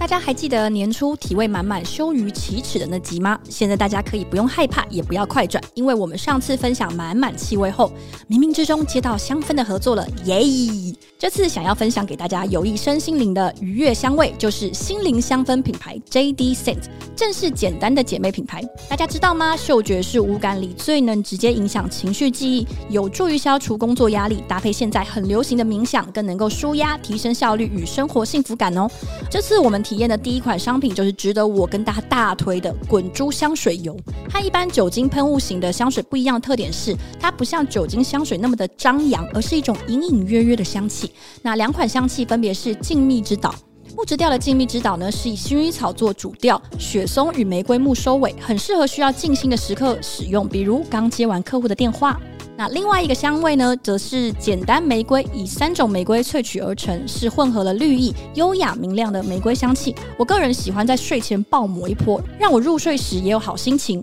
大家还记得年初体味满满、羞于启齿的那集吗？现在大家可以不用害怕，也不要快转，因为我们上次分享满满气味后，冥冥之中接到香氛的合作了，耶！这次想要分享给大家有益身心灵的愉悦香味，就是心灵香氛品牌 JD Scent，正是简单的姐妹品牌。大家知道吗？嗅觉是五感里最能直接影响情绪记忆，有助于消除工作压力，搭配现在很流行的冥想，更能够舒压、提升效率与生活幸福感哦。这次我们体验的第一款商品就是值得我跟大家大推的滚珠香水油。它一般酒精喷雾型的香水不一样的特点是，它不像酒精香水那么的张扬，而是一种隐隐约约的香气。那两款香气分别是静谧之岛。木质调的静谧之岛呢，是以薰衣草做主调，雪松与玫瑰木收尾，很适合需要静心的时刻使用，比如刚接完客户的电话。那另外一个香味呢，则是简单玫瑰，以三种玫瑰萃取而成，是混合了绿意、优雅明亮的玫瑰香气。我个人喜欢在睡前爆抹一波，让我入睡时也有好心情。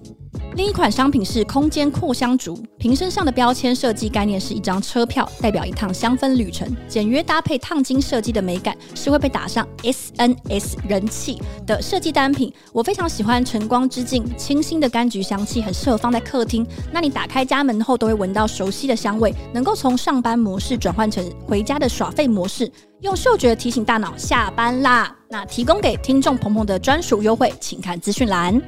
另一款商品是空间扩香烛，瓶身上的标签设计概念是一张车票，代表一趟香氛旅程。简约搭配烫金设计的美感，是会被打上 S N S 人气的设计单品。我非常喜欢晨光之境，清新的柑橘香气，很适合放在客厅。那你打开家门后都会闻到熟悉的香味，能够从上班模式转换成回家的耍废模式。用嗅觉提醒大脑下班啦！那提供给听众鹏鹏的专属优惠，请看资讯栏。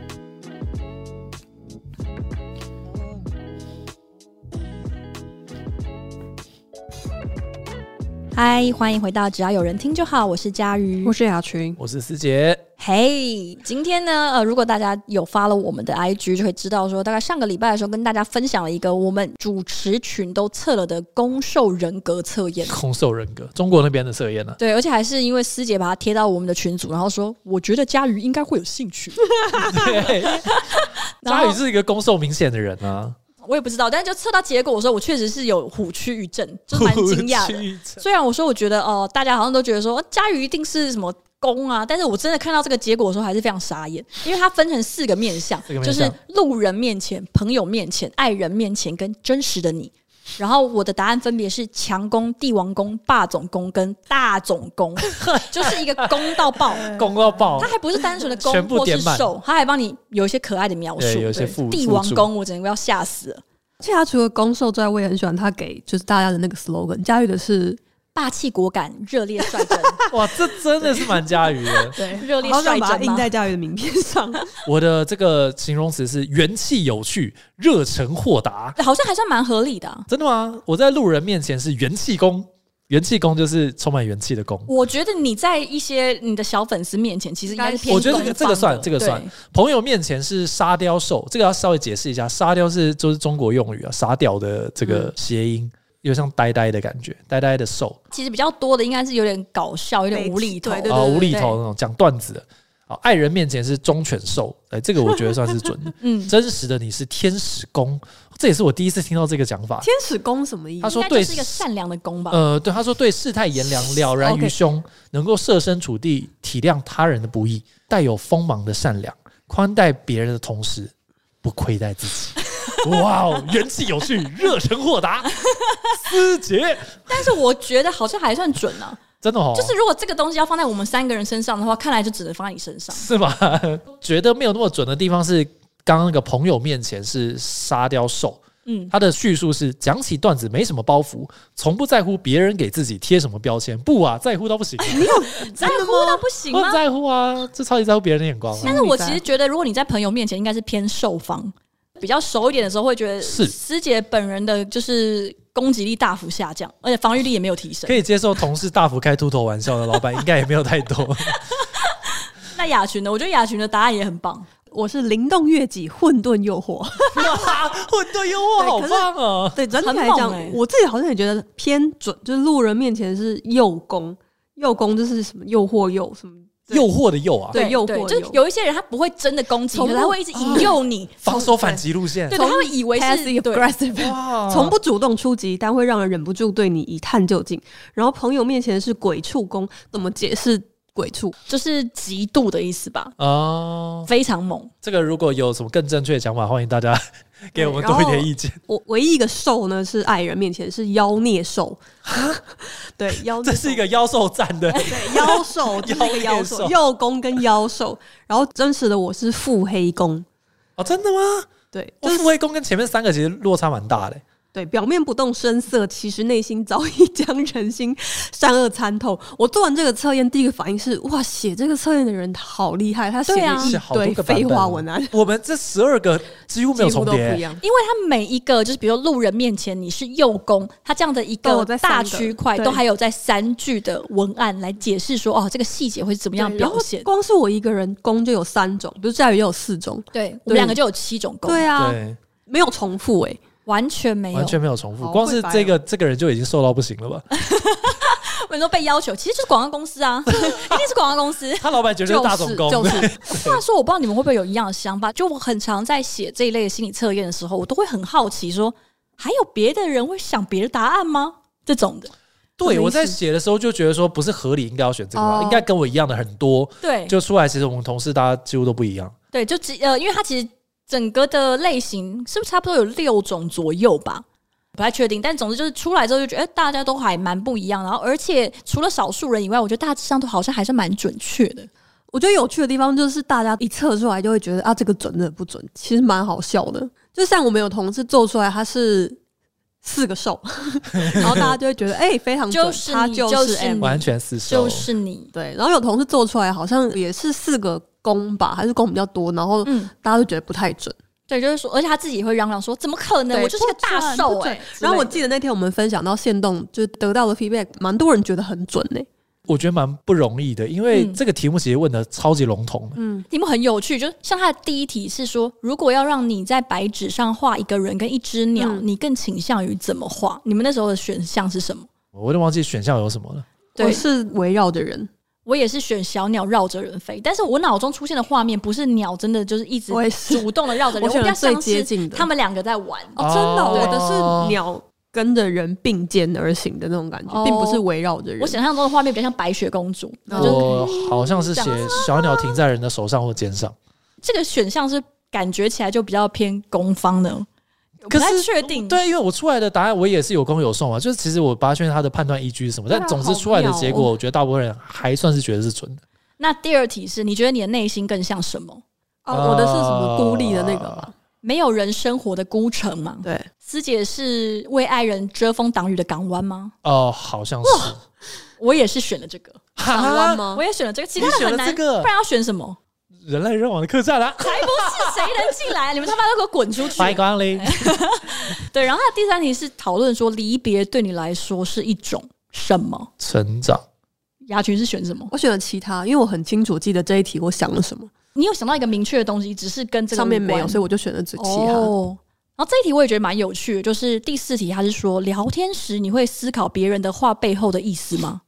嗨，欢迎回到只要有人听就好，我是佳瑜，我是雅群，我是思杰。嘿今天呢，呃，如果大家有发了我们的 IG，就会知道说，大概上个礼拜的时候跟大家分享了一个我们主持群都测了的攻受人格测 验。空兽人格，中国那边的测 验呢？啊对，而且还是因为师姐把它贴到我们的群组，然后说我觉得佳瑜应该会有兴 趣。对，然后佳宇是一个攻受明显的人啊，我也不知道，但是就测到结果的时候，我确实是有虎躯一震，就是蛮惊讶的。的。虽然我说我觉得哦、大家好像都觉得说呃佳瑜一定是什么攻啊，但是我真的看到这个结果的时候还是非常傻眼，因为它分成四个面相，四个就面是向路人面前、朋友面前、爱人面前跟真实的你。然后我的答案分别是强攻、帝王攻、霸总攻跟大总 攻，就是一个攻到爆。 攻到爆它，还不是单纯的攻哦全部或是点满受，它还帮你有一些可爱的描述，对有一些对附帝附王注攻，我整个要吓死了，而且他除了攻受之外，我也很喜欢他给就是大家的那个 slogan。佳玉的是霸气果敢，热烈率真。 哇，这真的是蛮佳宇的。对热烈好想率把它真印吗在佳玉的名片 上。我的这个形容词是元气有趣、热忱豁达，好像还算蛮合理的啊、真的吗？我在路人面前是元气攻，元气攻就是充满元气的攻。我觉得你在一些你的小粉丝面前，其实应该是偏我觉得这个这个算这个对算，朋友面前是沙雕兽，这个要稍微解释一下，沙雕是就是中国用语啊，沙雕的这个谐音，有点像呆呆的感觉，呆呆的兽其实比较多的应该是有点搞笑，有点无厘头。对对啊、无厘头那种讲段子的。好，爱人面前是忠犬兽，哎、这个我觉得算是准 的。嗯，真实的你是天使公，这也是我第一次听到这个讲法。天使攻什么意他思？说应该对就是一个善良的公吧。呃，对，他说对世 态炎凉了然 OK 于胸，能够设身处地体谅他人的不易，带有锋芒的善良，宽待别人的同时，不亏待 自己。哇哦，元气有趣，热忱豁达，思杰，但是我觉得好像还算准啊。真 的哦，就是如果这个东西要放在我们三个人身上的话，看来就只能放在你身上。是吧？ 觉得没有那么准的地方是，刚刚那个朋友面前是沙雕兽，嗯，他的叙述是讲起段子没什么包袱，从不在乎别人给自己贴什么标签，不啊，在乎到不行，在乎到哎不行我吗很？在乎啊，这超级在乎别人的眼光啊。但是我其实觉得，如果你在朋友面前，应该是偏受方。比较熟一点的时候，会觉得是师姐本人的就是攻击力大幅下降，而且防御力也没有提升可。以接受同事大幅开秃头玩笑的老板，应该也没有太多。那雅群呢？我觉得雅群的答案也很棒。我是灵动月己，混沌诱惑。哇，混沌幽默好棒啊！对，整体来很讲，猛欸我自己好像也觉得偏准，就是路人面前是诱攻，诱攻就是什么诱惑诱什么对诱惑的诱啊，对诱惑对，诱就是有一些人他不会真的攻击，从可不是他会一直引诱你，防守反击路线对，。他会以为是 passive 对。 aggressive。哇从不主动出击，但会让人忍不住对你一探究竟。然后朋友面前是鬼畜攻，怎么解释鬼畜？就是极度的意思吧，啊，非常猛。这个如果有什么更正确的讲法，欢迎大家 给我们多一点意见。我唯一一个受呢是爱人面前是妖孽受，对妖孽啊这受是一个妖兽战的，对妖 兽，这是一个妖妖孽兽兽幼公跟妖兽，然后真实的我是腹黑公，哦，真的吗？对，我就是富贵宫跟前面三个其实落差蛮大的、欸对，表面不动声色，其实内心早已将人心善恶参透。我做完这个测验，第一个反应是：哇，写这个测验的人好厉害，他写对啊了一是好多堆个嗯版废本话哦文案，我们这十二个几乎没有几乎重都叠、不一样。因为他每一个就是，比如说路人面前你是右攻，他这样的一都有个在三大个区块对都还有在三句的文案来解释说，哦，这个细节会是怎么样对表然后现。光是我一个人攻就有三种，比如佳宇也有四种。对我们两个就有七种攻，对啊，对，没有重复哎、完全没有完。全没有重复，好光是会白哦这个这个人就已经瘦到不行 了吧？我们说被要求，其实就是广告公司 啊，一 定是广告公司。他老板绝对是大总工， 就是就是话说，我不知道你们会不会有一样的想法，就我很常在写这一类的心理测验的时候，我都会很好奇说，还有别的人会想别的答案吗？这种的，什么对意思我在写的时候就觉得说，不是合理应该要选这个哦吧，应该跟我一样的很多，对，就出来其实我们同事大家几乎都不一样。对，就只呃，因为它其实整个的类型是不是差不多有六种左右吧？不太确定，但总之就是出来之后就觉得，哎、大家都还蛮不一样。然后，而且除了少数人以外，我觉得大致上都好像还是蛮准确的。我觉得有趣的地方就是大家一测出来就会觉得啊，这个准的不准，其实蛮好笑的。就像我们有同事做出来，他是四个瘦， 然后大家就会觉得哎、非常准，就是他你就就是是嗯 M 完全四哦手，就是你，对，然后有同事做出来好像也是四个公吧，还是公比较多，然后嗯，大家都觉得不太准。对，就是说，而且他自己也会嚷嚷说，怎么可能？对我就是个大不瘦准哎、然后我记记得那天我们分享到线动，就得到的 feedback，蛮多人觉得很准哎呢、我觉得蛮不容易的，因为嗯这个题目其实问的超级笼统的。嗯，题目很有趣，就是像他的第一题是说，如果要让你在白纸上画一个人跟一只鸟，嗯你更倾向于怎么画？你们那时候的选项是什么？我有点忘记选项有什么了。对我是围绕着人，我也是选小鸟绕着人飞，但是我脑中出现的画面不是鸟，真的就是一直我也是主动的绕着人，我我选比较了最像接是近的。他们两个在玩。哦，真的哦，哦我的是鸟跟着人并肩而行的那种感哦觉，并不是围绕着人。我想象中的画面比较像白雪公主，哦就是我好像是写这样小鸟停在人的手上或肩上，这个选项是感觉起来就比较偏攻方的，我不可太是确嗯定。对，因为我出来的答案我也是有攻有受嘛，就是其实我发现他的判断依据是什么，对啊但总之出来的结好果，妙哦我觉得大部分人还算是觉得是准的。那第二题是，你觉得你的内心更像什么？哦，我的是什啊么孤立的那个吧？没有人生活的孤城吗？对，师姐是为爱人遮风挡雨的港湾吗？哦、好像是。我也是选了这个，港湾吗我？也选了这个，其你他的选很了难，这个不然要选什么？人来人往的客栈啦、才不是，谁能进 来？你们他妈都给我滚出去！欢迎光临。对，然后他的第三题是讨论说离别对你来说是一种什么？成长，牙群是选什么？我选了其他，因为我很清楚记得这一题我想了什么，你有想到一个明确的东西，只是跟这个上面没有，所以以我就选了这其他。哦。然后这一题我也觉得蛮有趣的，就是第四题，他是说聊天时你会思考别人的话背后的意思吗？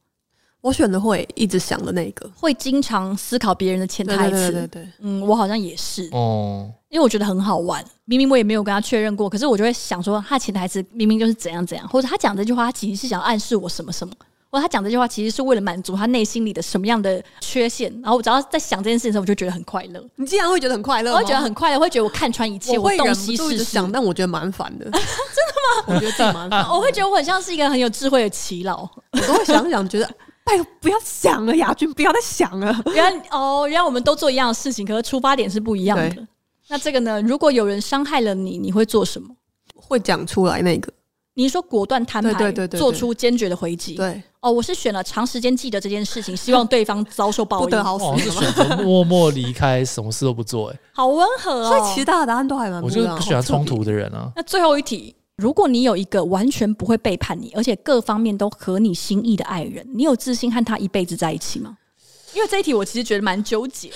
我选的会一直想的那个会经常思考别人的潜对台对词。对对对，嗯，我好像也是，哦、因为我觉得很好玩。明明我也没有跟他确认过，可是我就会想说，他的潜台词明明就是怎样怎样，或者他讲这句话，他其实是想要暗示我什么什么，或者他讲这句话其实是为了满足他内心里的什么样的缺陷。然后我只要在想这件事情的时候，我就觉得很快乐，你竟然会觉得很快乐我吗，会觉得很快乐，会觉得我看穿一切，我会洞忍悉不住一世直事想，。但我觉得蛮烦的。 真的吗？我觉得自己蛮烦的，我会觉得我很像是一个很有智慧的耆老。我都会想想，觉得拜托不要想了，雅君不要再想 了。原来哦，原来我们都做一样的事情，可是出发点是不一样的对。那这个呢？如果有人伤害了你，你会做什么？会讲出来那个，你说果断摊牌，对对对对对做出坚决的回击。对，哦，我是选了长时间记得这件事情，希望对方遭受报 不应。得好我死好像的是吗？选择默默离开，什么事都不做、欸。好温和哦。所以其实大家答案都还蛮我不一就样，不喜欢好特冲别突的人啊。那最后一题，如果你有一个完全不会背叛你，而且各方面都合你心意的爱人，你有自信和他一辈子在一起吗？因为这一题我其实觉得蛮纠结。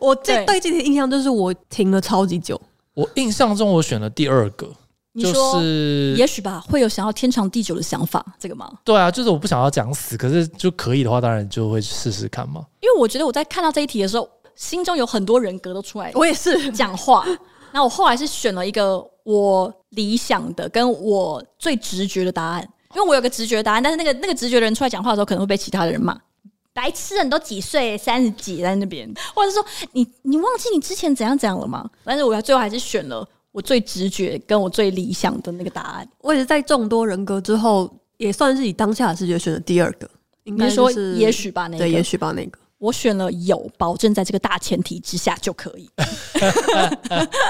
我这对对这题的印象就是我停了超级久，我印象中我选了第二个，你就说，是也许吧，会有想要天长地久的想法，这个吗？对啊，就是我不想要讲死，可是就可以的话，当然就会试试看嘛。因为我觉得我在看到这一题的时候，心中有很多人格都出来我也是， 讲话。 那我后来是选了一个我理想的跟我最直觉的答案，因为我有个直觉答案，但是那个那个直觉的人出来讲话的时候，可能会被其他的人骂。白痴啊，你都几岁，三十几在那边，或者是说你你忘记你之前怎样怎样了吗？但是我最后还是选了我最直觉跟我最理想的那个答案。我也是在众多人格之后，也算是以当下的视觉选的第二个，应你该是说就，是也许吧，那对，也个许吧，那个我选了有，保证在这个大前提之下就可以。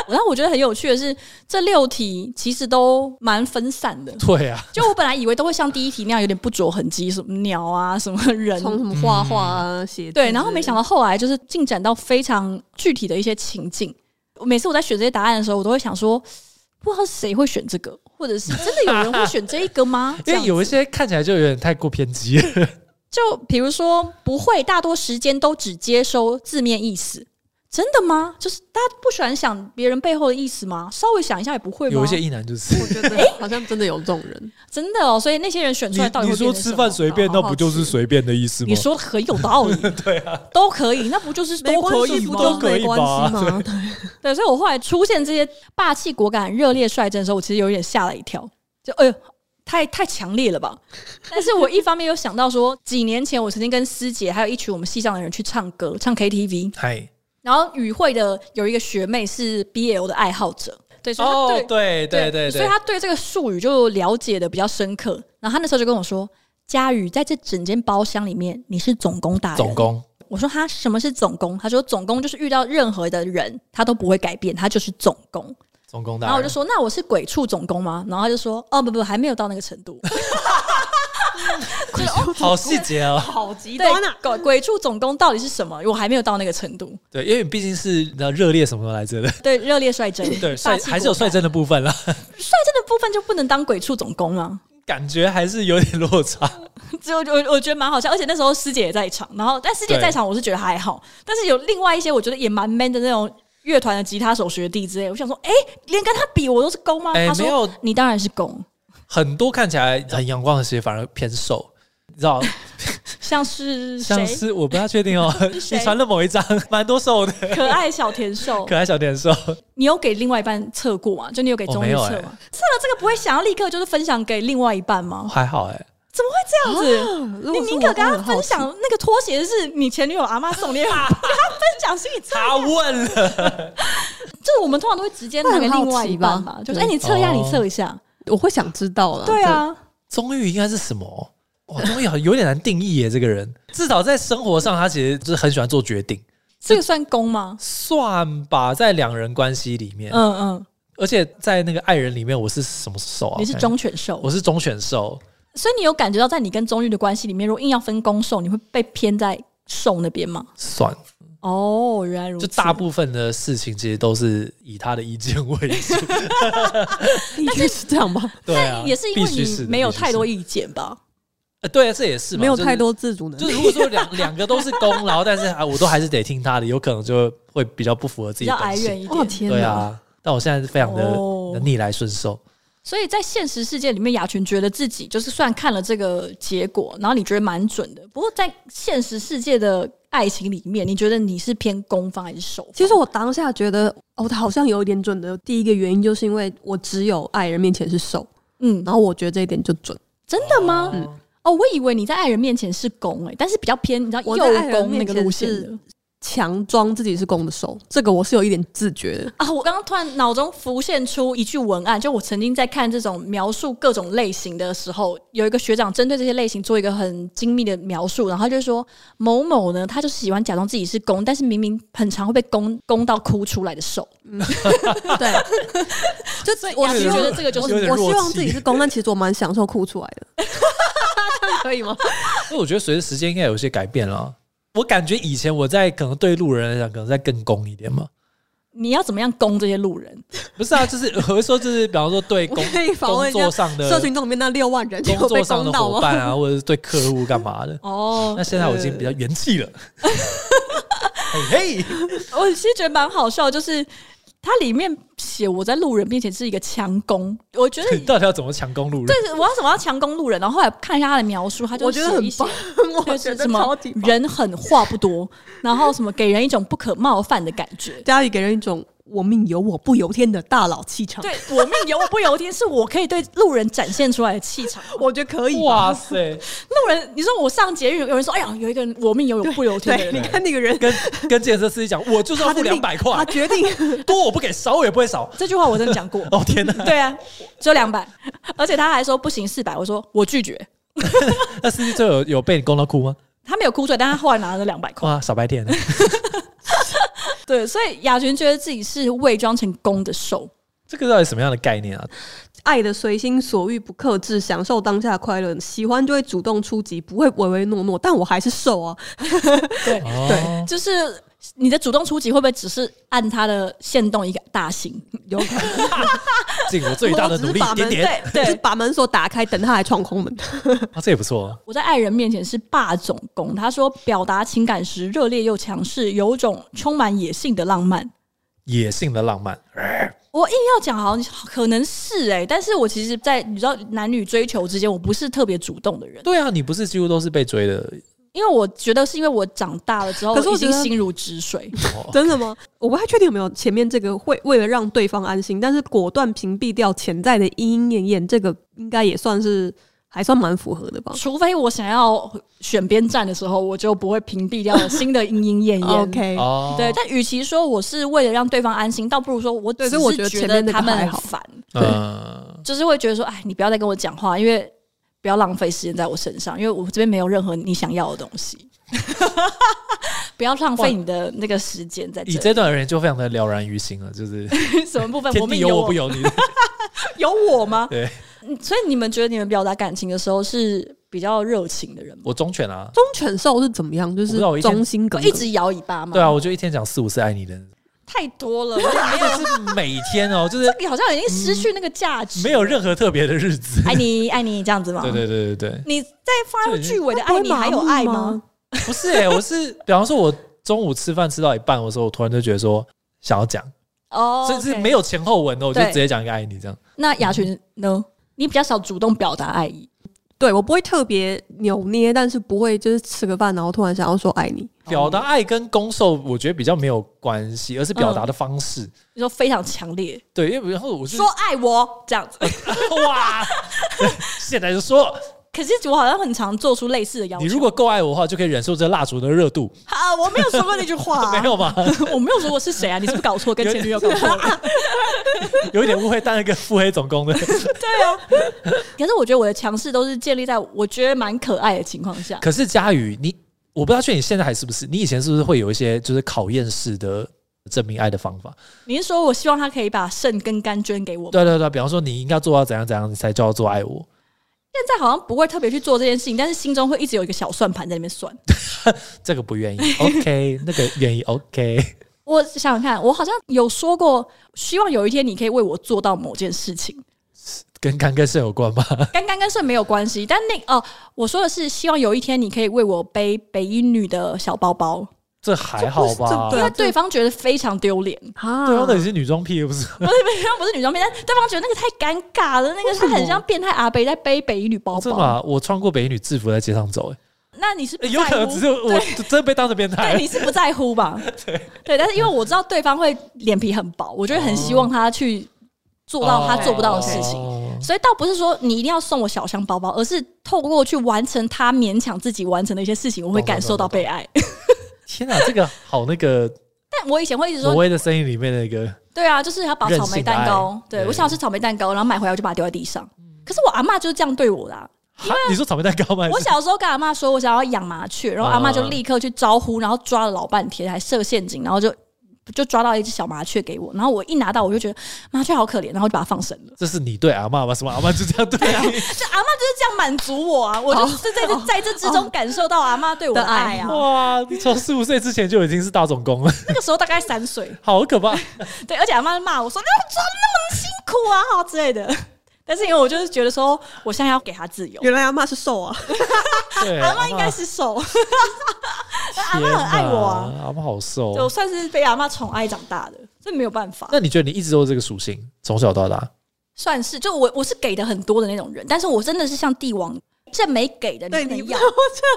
然后我觉得很有趣的是，这六题其实都蛮分散的。对啊，？就我本来以为都会像第一题那样有点不着痕迹，什么鸟啊，什么人从什么画画啊、写字对，然后没想到到后来就是进展到非常具体的一些情境。每次我在选这些答案的时候，我都会想说，不知道谁会选这个，或者是真的有人会选这一个吗 这因为样有一些看起来就有点太过偏激了。就比如说不会，大多时间都只接收字面意思。真的吗？就是大家不喜欢想别人背后的意思吗？稍微想一下也不会吗？有一些意男就是我觉得 好像真的有这种人，真的哦，所以那些人选出来到底你会说变成吃什饭么？哦随便，好那好不就是吃随便的意思吗你？说的很有道 理，对啊，都可以，那不就是没都关可以系吗不就是都可以没关吧系吗？ 对，所以我后来出现这些霸气、果敢、热烈、率真的时候，我其实有点吓了一跳，就哎呦，太太强烈了吧！ 但是我一方面又想到说，几年前我曾经跟师姐还有一群我们系上的人去唱歌，唱 KTV，嗨，然后与会的有一个学妹是 BL 的爱好者，对，所以她对、哦对所以她对这个术语就了解的比较深刻。然后她那时候就跟我说：“佳宇，在这整间包厢里面，你是总攻大人。”总攻我说他什么是总攻？他说总攻就是遇到任何的人，他都不会改变，他就是总攻。总攻大人，然后我就说，那我是鬼畜总攻吗？然后他就说，哦不不，还没有到那个程度。 好细节 哦，好极对，鬼鬼畜总攻到底是什么？我还没有到那个程度。对，因为毕竟是你知道热烈什么时候来着的，对，热烈率真，对，帅率还是有率真的部分啦，率真的部分就不能当鬼畜总攻啊。感觉还是有点落差。 就我我觉得蛮好笑，而且那时候师姐也在场，然后但师姐对在场我是觉得还好，但是有另外一些我觉得也蛮 man 的那种乐团的吉他手学弟之类，我想说，哎、连跟他比我都是攻吗？哎他说没有你当然是攻，很多看起来很阳光的鞋反而偏瘦，你知道，像是谁像是我不太确定哦，谁你传了某一张，蛮多瘦的， 可爱小甜瘦可，爱小点瘦，你有给另外一半测过吗？就你有给我中没医测有吗？哎测了这个不会想要立刻就是分享给另外一半吗？还好哎，这样子，啊如你果是宁我可跟他我会很好分奇享那个拖鞋是你前女友阿妈送你的，跟他分享心理测，他问了，就是我们通常都会直接拿给另外一半嘛，会很好奇吧就是哎、对你测一下，哦你测一下，我会想知道啦。对啊。综艺应该是什么？哇，综艺好像有点难定义耶，这个人至少在生活上，他其实就是很喜欢做决定，这个算攻吗？算吧，在两人关系里面，嗯嗯，而且在那个爱人里面，我是什么兽啊？你是我看忠犬兽，我是中选兽，所以你有感觉到在你跟中玉的关系里面，如果硬要分攻受，你会被偏在受那边吗？算哦，原来如就此。大部分的事情其实都是以他的意见为 主，必须是这样吧？对啊，也是因必为须是你的没有必须太是多的意见吧？呃对啊，这也是嘛没有就是太多自主能就力，是如果说两两个都是功劳，但是啊，我都还是得听他的，有可能就会比较不符合自比己的较哀本怨性。一哦点。天对哪！啊，但我现在是非常的哦逆来顺受。所以在现实世界里面，雅群觉得自己就是虽然看了这个结果，然后你觉得蛮准的，不过在现实世界的爱情里面，你觉得你是偏攻方还是守方？其实我当下觉得，哦，他好像有一点准的。第一个原因就是因为我只有爱人面前是瘦，嗯，然后我觉得这一点就准。真的吗？嗯哦，我以为你在爱人面前是攻哎、但是比较偏，你知道我右在爱人攻那面个前路线是的。强装自己是攻的瘦，这个我是有一点自觉的。啊！我刚刚突然脑中浮现出一句文案，就我曾经在看这种描述各种类型的时候，有一个学长针对这些类型做一个很精密的描述，然后他就说某某呢，他就是喜欢假装自己是攻，但是明明很常会被 攻攻到哭出来的手。 对，就我雅琪希觉望得这个就是有点我弱希望气自己是攻，但其实我蛮享受哭出来 的。这样可以吗？因为我觉得随着时间应该有些改变了。我感觉以前我在可能对路人来讲，可能再更攻一点嘛。你要怎么样攻这些路人？不是啊，就是我会说，就是比方说对 我工可以访问工一下作上的社群中里面那六万人就工被作上攻的到伙吗？伴啊，或者是对客户干嘛的。哦那，现在我已经比较元气 了。嘿嘿，我其实觉得蛮好笑，就是它里面写我在路人面前是一个强攻，我 觉得哎你到底要怎么强攻路人？对，我要怎么要强攻路人？然后后来看一下他的描述，他就我觉得写很一些棒，就 我是觉什得么超级棒。 人狠话不多，然后什么给人一种不可冒犯的感觉。嘉宇给人一种我命由我不由天的大佬气场。对我命由我不由天，是我可以对路人展现出来的气场。我觉得可以吧。哇塞，路人，你说我上捷运，有人说：“哎呀，有一个人我命由我不由天的对，你人。看那个人，跟跟健身司机讲，我就是要他付的两命百块他，决定多我不给，少我也不会少”。这句话我真的讲过。哦 天哪，对啊，只有两百，而且他还说不行四百，我说我拒绝。那司机最后有有被你攻到哭吗？他没有哭出来，但他后来拿了两百块。哇，傻白甜的，对，所以雅群觉得自己是伪装成公的兽。这个到底什么样的概念啊？爱的随心所欲，不克制，享受当下快乐，喜欢就会主动出击，不会唯唯诺诺。但我还是瘦啊，对，哦，就是你的主动出击会不会只是按他的限动一个大型？有可能尽我最大的努力，我只是 把点门点，对就是对，把门锁打开，等他来闯空门。啊，这也不错。我在爱人面前是霸总攻。他说表达情感时热烈又强势，有种充满野性的浪漫。野性的浪漫，我硬要讲，好像可能是哎、但是我其实，在你知道男女追求之间，我不是特别主动的人，对啊，你不是几乎都是被追的，因为我觉得是因为我长大了之后，可是我已经觉得心如止水。哦真的吗？我不太确定有没有前面这个会为了让对方安心，但是果断屏蔽掉潜在的莺莺燕燕，这个应该也算是还算蛮符合的吧。除非我想要选边站的时候，我就不会屏蔽掉新的莺莺燕燕。 OK，、哦，对，但与其说我是为了让对方安心，倒不如说我只对所以我觉是得觉前面那个他们还很好烦，嗯，就是会觉得说，哎，你不要再跟我讲话，因为不要浪费时间在我身上，因为我这边没有任何你想要的东西。 不要浪费你的那个时间在这以里。这段而言就非常的了然于心了， 就是什么部分？我天们地有啊有我不由你。有我吗？对嗯。所以你们觉得你们表达感情的时候是比较热情的人吗？ 我忠犬 啊，忠犬兽是怎么样？就我不是知道我一天忠心我耿一耿。直摇尾巴吗？对啊，，我就一天讲四五次爱你的，太多了，我 觉得而且是每天哦，就是你好像已经失去那个价值，没有任何特别的 日子。爱你爱你这样子吗？对对 对对对，你在放在句尾的爱你还有爱吗？？不是哎、我是比方说，我中午吃饭吃到一半的时候，我突然就觉得说想要讲，哦，甚至 OK 没有前后文的，我就对直接讲一个爱你这样。那雅群呢？你比较少主动表达爱意，对我不会特别扭捏，但是不会就是吃个饭然后突然想要说爱你。表达爱跟攻受，我觉得比较没有关系，而是表达的方式。嗯你说非常强烈，对，因为然后我就呃说爱我这样子。 哇，现在就说， 可是我好像很常做出类似的要求。你如果够爱我的话，就可以忍受这蜡烛的热度， 啊，我没有说过那句话、 啊没，有吗？ 我没有说我是谁啊？你是不是搞错？跟前女友搞错了？有一点误会，当一个腹黑 总攻的， 可是我觉得我的强势都是建立在我觉得蛮可爱的情况 下。可是佳宇，你我不知道确定你现在还是不是，你以前是不是会有一些就是考验式的证明爱的方法？你是说我希望他可以把肾跟肝捐给我吗？对啊对对，比方说你应该做到怎样怎样，你才叫做爱我。现在好像不会特别去做这件事情，但是心中会一直有一个小算盘在那边算。这个不 愿意，OK，那个愿意，OK，我想想看，我好像有说过，希望有一天你可以为我做到某件事情。跟干跟肾有关吧？干干跟肾没有关系，但那哦、我说的是希望有一天你可以为我背北一女的小包包，这还好吧？因这为啊对方觉得非常丢脸。 啊对方等于是女装癖，不是？不是，不是，不是女装片，但对方觉得那个太尴尬了，那个是为什很么像变态阿北在背北一女包哦真的包。吗？我穿过北女制服在街上走、欸那你是不欸有在可能乎只是我对真的被当成变对，态了。你是不在乎 吧？对但是因为我知道对方会脸皮很薄，我就会很希望他去做到他做不到的事情。哦所以倒不是说你一定要送我小香包包，而是透过去完成他勉强自己完成的一些事情，我会感受到被爱。天哪，这个好那个但我以前会一直挪说，威的声音里面的一个，对啊，就是要把草莓蛋糕，任性的爱对嗯对我想要吃草莓蛋糕，然后买回来我就把它丢在地上。可是我阿嬷就是这样对我的、 啊。哈你说草莓蛋糕吗？我小时候跟阿嬷说我想要养麻雀，然后阿嬷就立刻去招呼，然后抓了老半天，还设陷阱，然后就就抓到一只小麻雀给我。然后我一拿到，我就觉得麻雀好可怜，然后就把它放生了。这是你对阿嬷吗？什么阿嬷就这样对你？这阿嬷就是 这样满足我啊！我就是在这在这之中感受到阿嬷对我的爱啊。哇，你从十五岁之前就已经是大总工了， 那个时候大概三岁，好可怕！对，而且阿妈骂我说：“那我抓那么辛苦啊，哈之类的。”但是因为我就是觉得说，我现在要给他自由。原来阿妈是瘦啊， 对，阿妈应该是瘦，阿嬷很爱我啊，阿嬷好瘦哦我。算是被阿妈宠爱长大的，这没有办法，那你觉得你一直都是这个属性，从小到大？算是就我我是给的很多的那种人，但是我真的是像帝王，正没给的对你你不能不要要，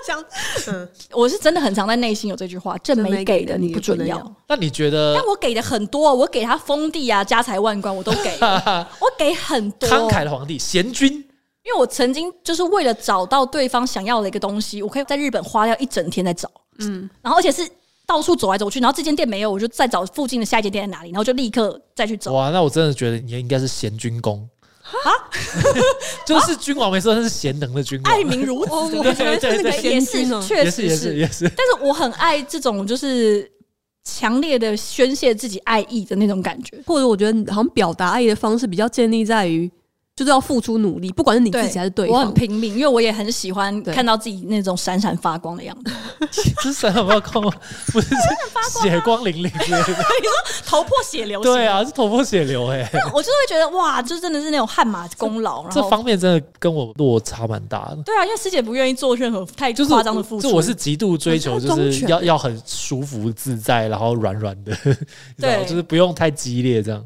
这样想，嗯，我是真的很常在内心有这句话，正没给的你不准正没要给的你不能要。那你觉得但我给的很多，我给他封地啊、家财万贯，我都给，我给很多， 慷慨的皇帝贤君因为我曾经就是为了找到对方想要的一个东西，我可以在日本花掉一整天在找，嗯，然后而且是到处走来走去，然后这间店没有，我就再找附近的下一间店在哪里，然后就立刻再去找。哇，那我真的觉得你应该是贤君公啊， 就是君王没错，但是贤能的君王爱，民如子，哦，对 我觉得是那个对也贤是君哦，啊确也是实也是也是， 但是我很爱这种就是强烈的宣泄自己爱意的那种感觉。或者我觉得你好像表达爱意的方式比较建立在于，就是要付出努力，不管是你自己还是对我方。很拼命，因为我也很喜欢对看到自己那种闪闪发光的样子，这是什么光？不是 血光粼粼之类的，头破血流。对，啊，是头破血流哎、我就是会觉得哇，这真的是那种汗马功劳。然这后方面真的跟我落差蛮大的。对啊，因为师姐不愿意做任何太就是夸张的付出，就我是极度追求，很像就是忠犬要要很舒服自在，然后软软的， 你知道吗对就是不用太激烈这样。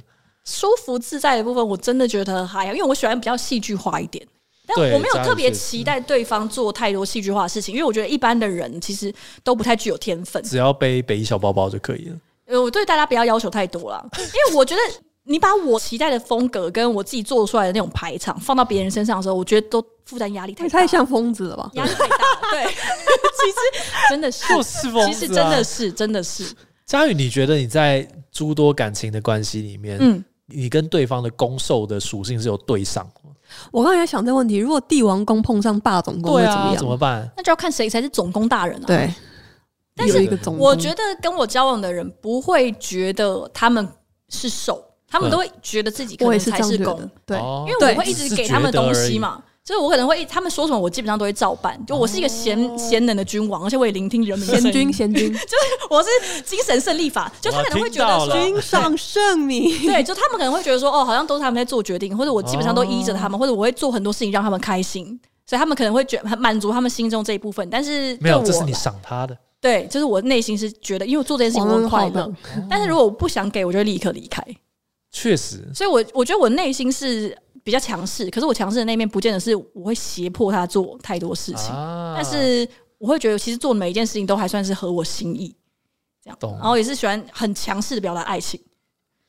舒服自在的部分，我真的觉得啊还好，因为我喜欢比较戏剧化一点。但对我没有这样特别确实期待对方做太多戏剧化的事情，因为我觉得一般的人其实都不太具有天分。只要背北一小包包就 可以了。呃，我对大家不要要求太多了，因为我觉得你把我期待的风格跟我自己做出来的那种排场放到别人身上的时候，我觉得都负担压力太你大，太像疯子了吧？压力太大了。对，其实真的是，就是疯子啊其实真的是，真的是，佳宇，你觉得你在诸多感情的关系里面，嗯，你跟对方的攻受的属性是有对上吗？我刚才在想这个问题，如果帝王宫碰上霸总宫会对怎么啊，样？怎么办？那就要看谁才是总攻大人了、啊。对，但有是一个总，我觉得跟我交往的人不会觉得他们是受，他们嗯都会觉得自己可我能也是才这样是觉攻，得，对，哦因为对我会一直给他们东西。嘛，就是我可能会他们说什么，我基本上都会照办。就我是一个贤贤能的君王，而且我也聆听人民的贤声音哦君，贤君， 我是精神胜利法。就他可能会觉得我听到说。了君上圣明。对，就他们可能会觉得说，哦，好像都是他们在做决定，或者我基本上都依着他哦们，或者我会做很多事情让他们开心，所以他们可能会觉很满足他们心中这一部分。但是没有，对这我是你赏他的。对，就是我内心是觉得，因为我做这件事情我很快王 恩乐浩，但是如果我不想给，我就会立刻离开。嗯确实，所以我我觉得我内心是比较强势，可是我强势的那一面不见得是我会胁迫他做太多事情，啊但是我会觉得其实做每一件事情都还算是合我心意，这样懂。然后也是喜欢很强势的表达爱情，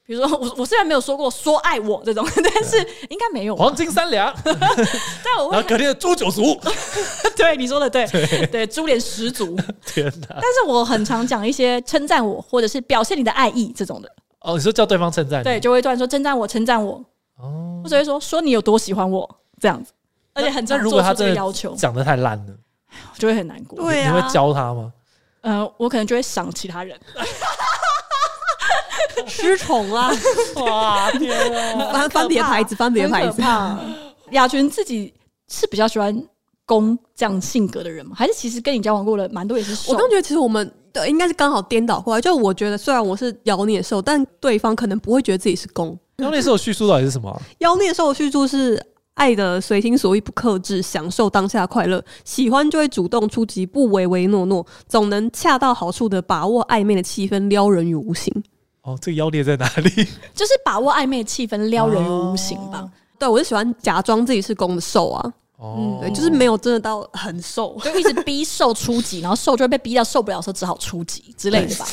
比如说 我我虽然没有说过说爱我这种， 但是应该没有吧，黄金三两，但 我 会然后隔天的猪九族，对你说的对对，猪脸十足。 天哪！但是我很常讲一些称赞我或者是表现你的爱意这种的，哦，你说叫对方称赞你，对，就会突然说称赞我，称赞我，哦，或者会说说你有多喜欢我这样子，而且很那常如做果他出这真个的要求，讲的太烂了，我就会很难过。对啊你会教他吗？呃，我可能就会想其他人，失宠啦，哇，天 啊！翻翻别的牌子，翻别的牌子。雅群自己是比较喜欢攻这样性格的人吗？还是其实跟你交往过的蛮多也是受？我刚觉得其实我们对应该是刚好颠倒过来，就我觉得虽然我是妖孽兽，但对方可能不会觉得自己是公。 然后那时候叙述到底是什么啊？妖孽兽的叙述是爱的随心所欲，不克制，享受当下快乐，喜欢就会主动出击，不唯唯诺诺，总能恰到好处的把握暧昧的气氛，撩人于无形。哦，这个妖孽在哪 里？就是把握暧昧气氛，撩人于无形吧。对我是喜欢假装自己是公的兽啊，嗯哦，对，就是没有真的到很瘦。就一直逼受出击，然后受就会被逼到受不了的时候，只好出击之类的吧。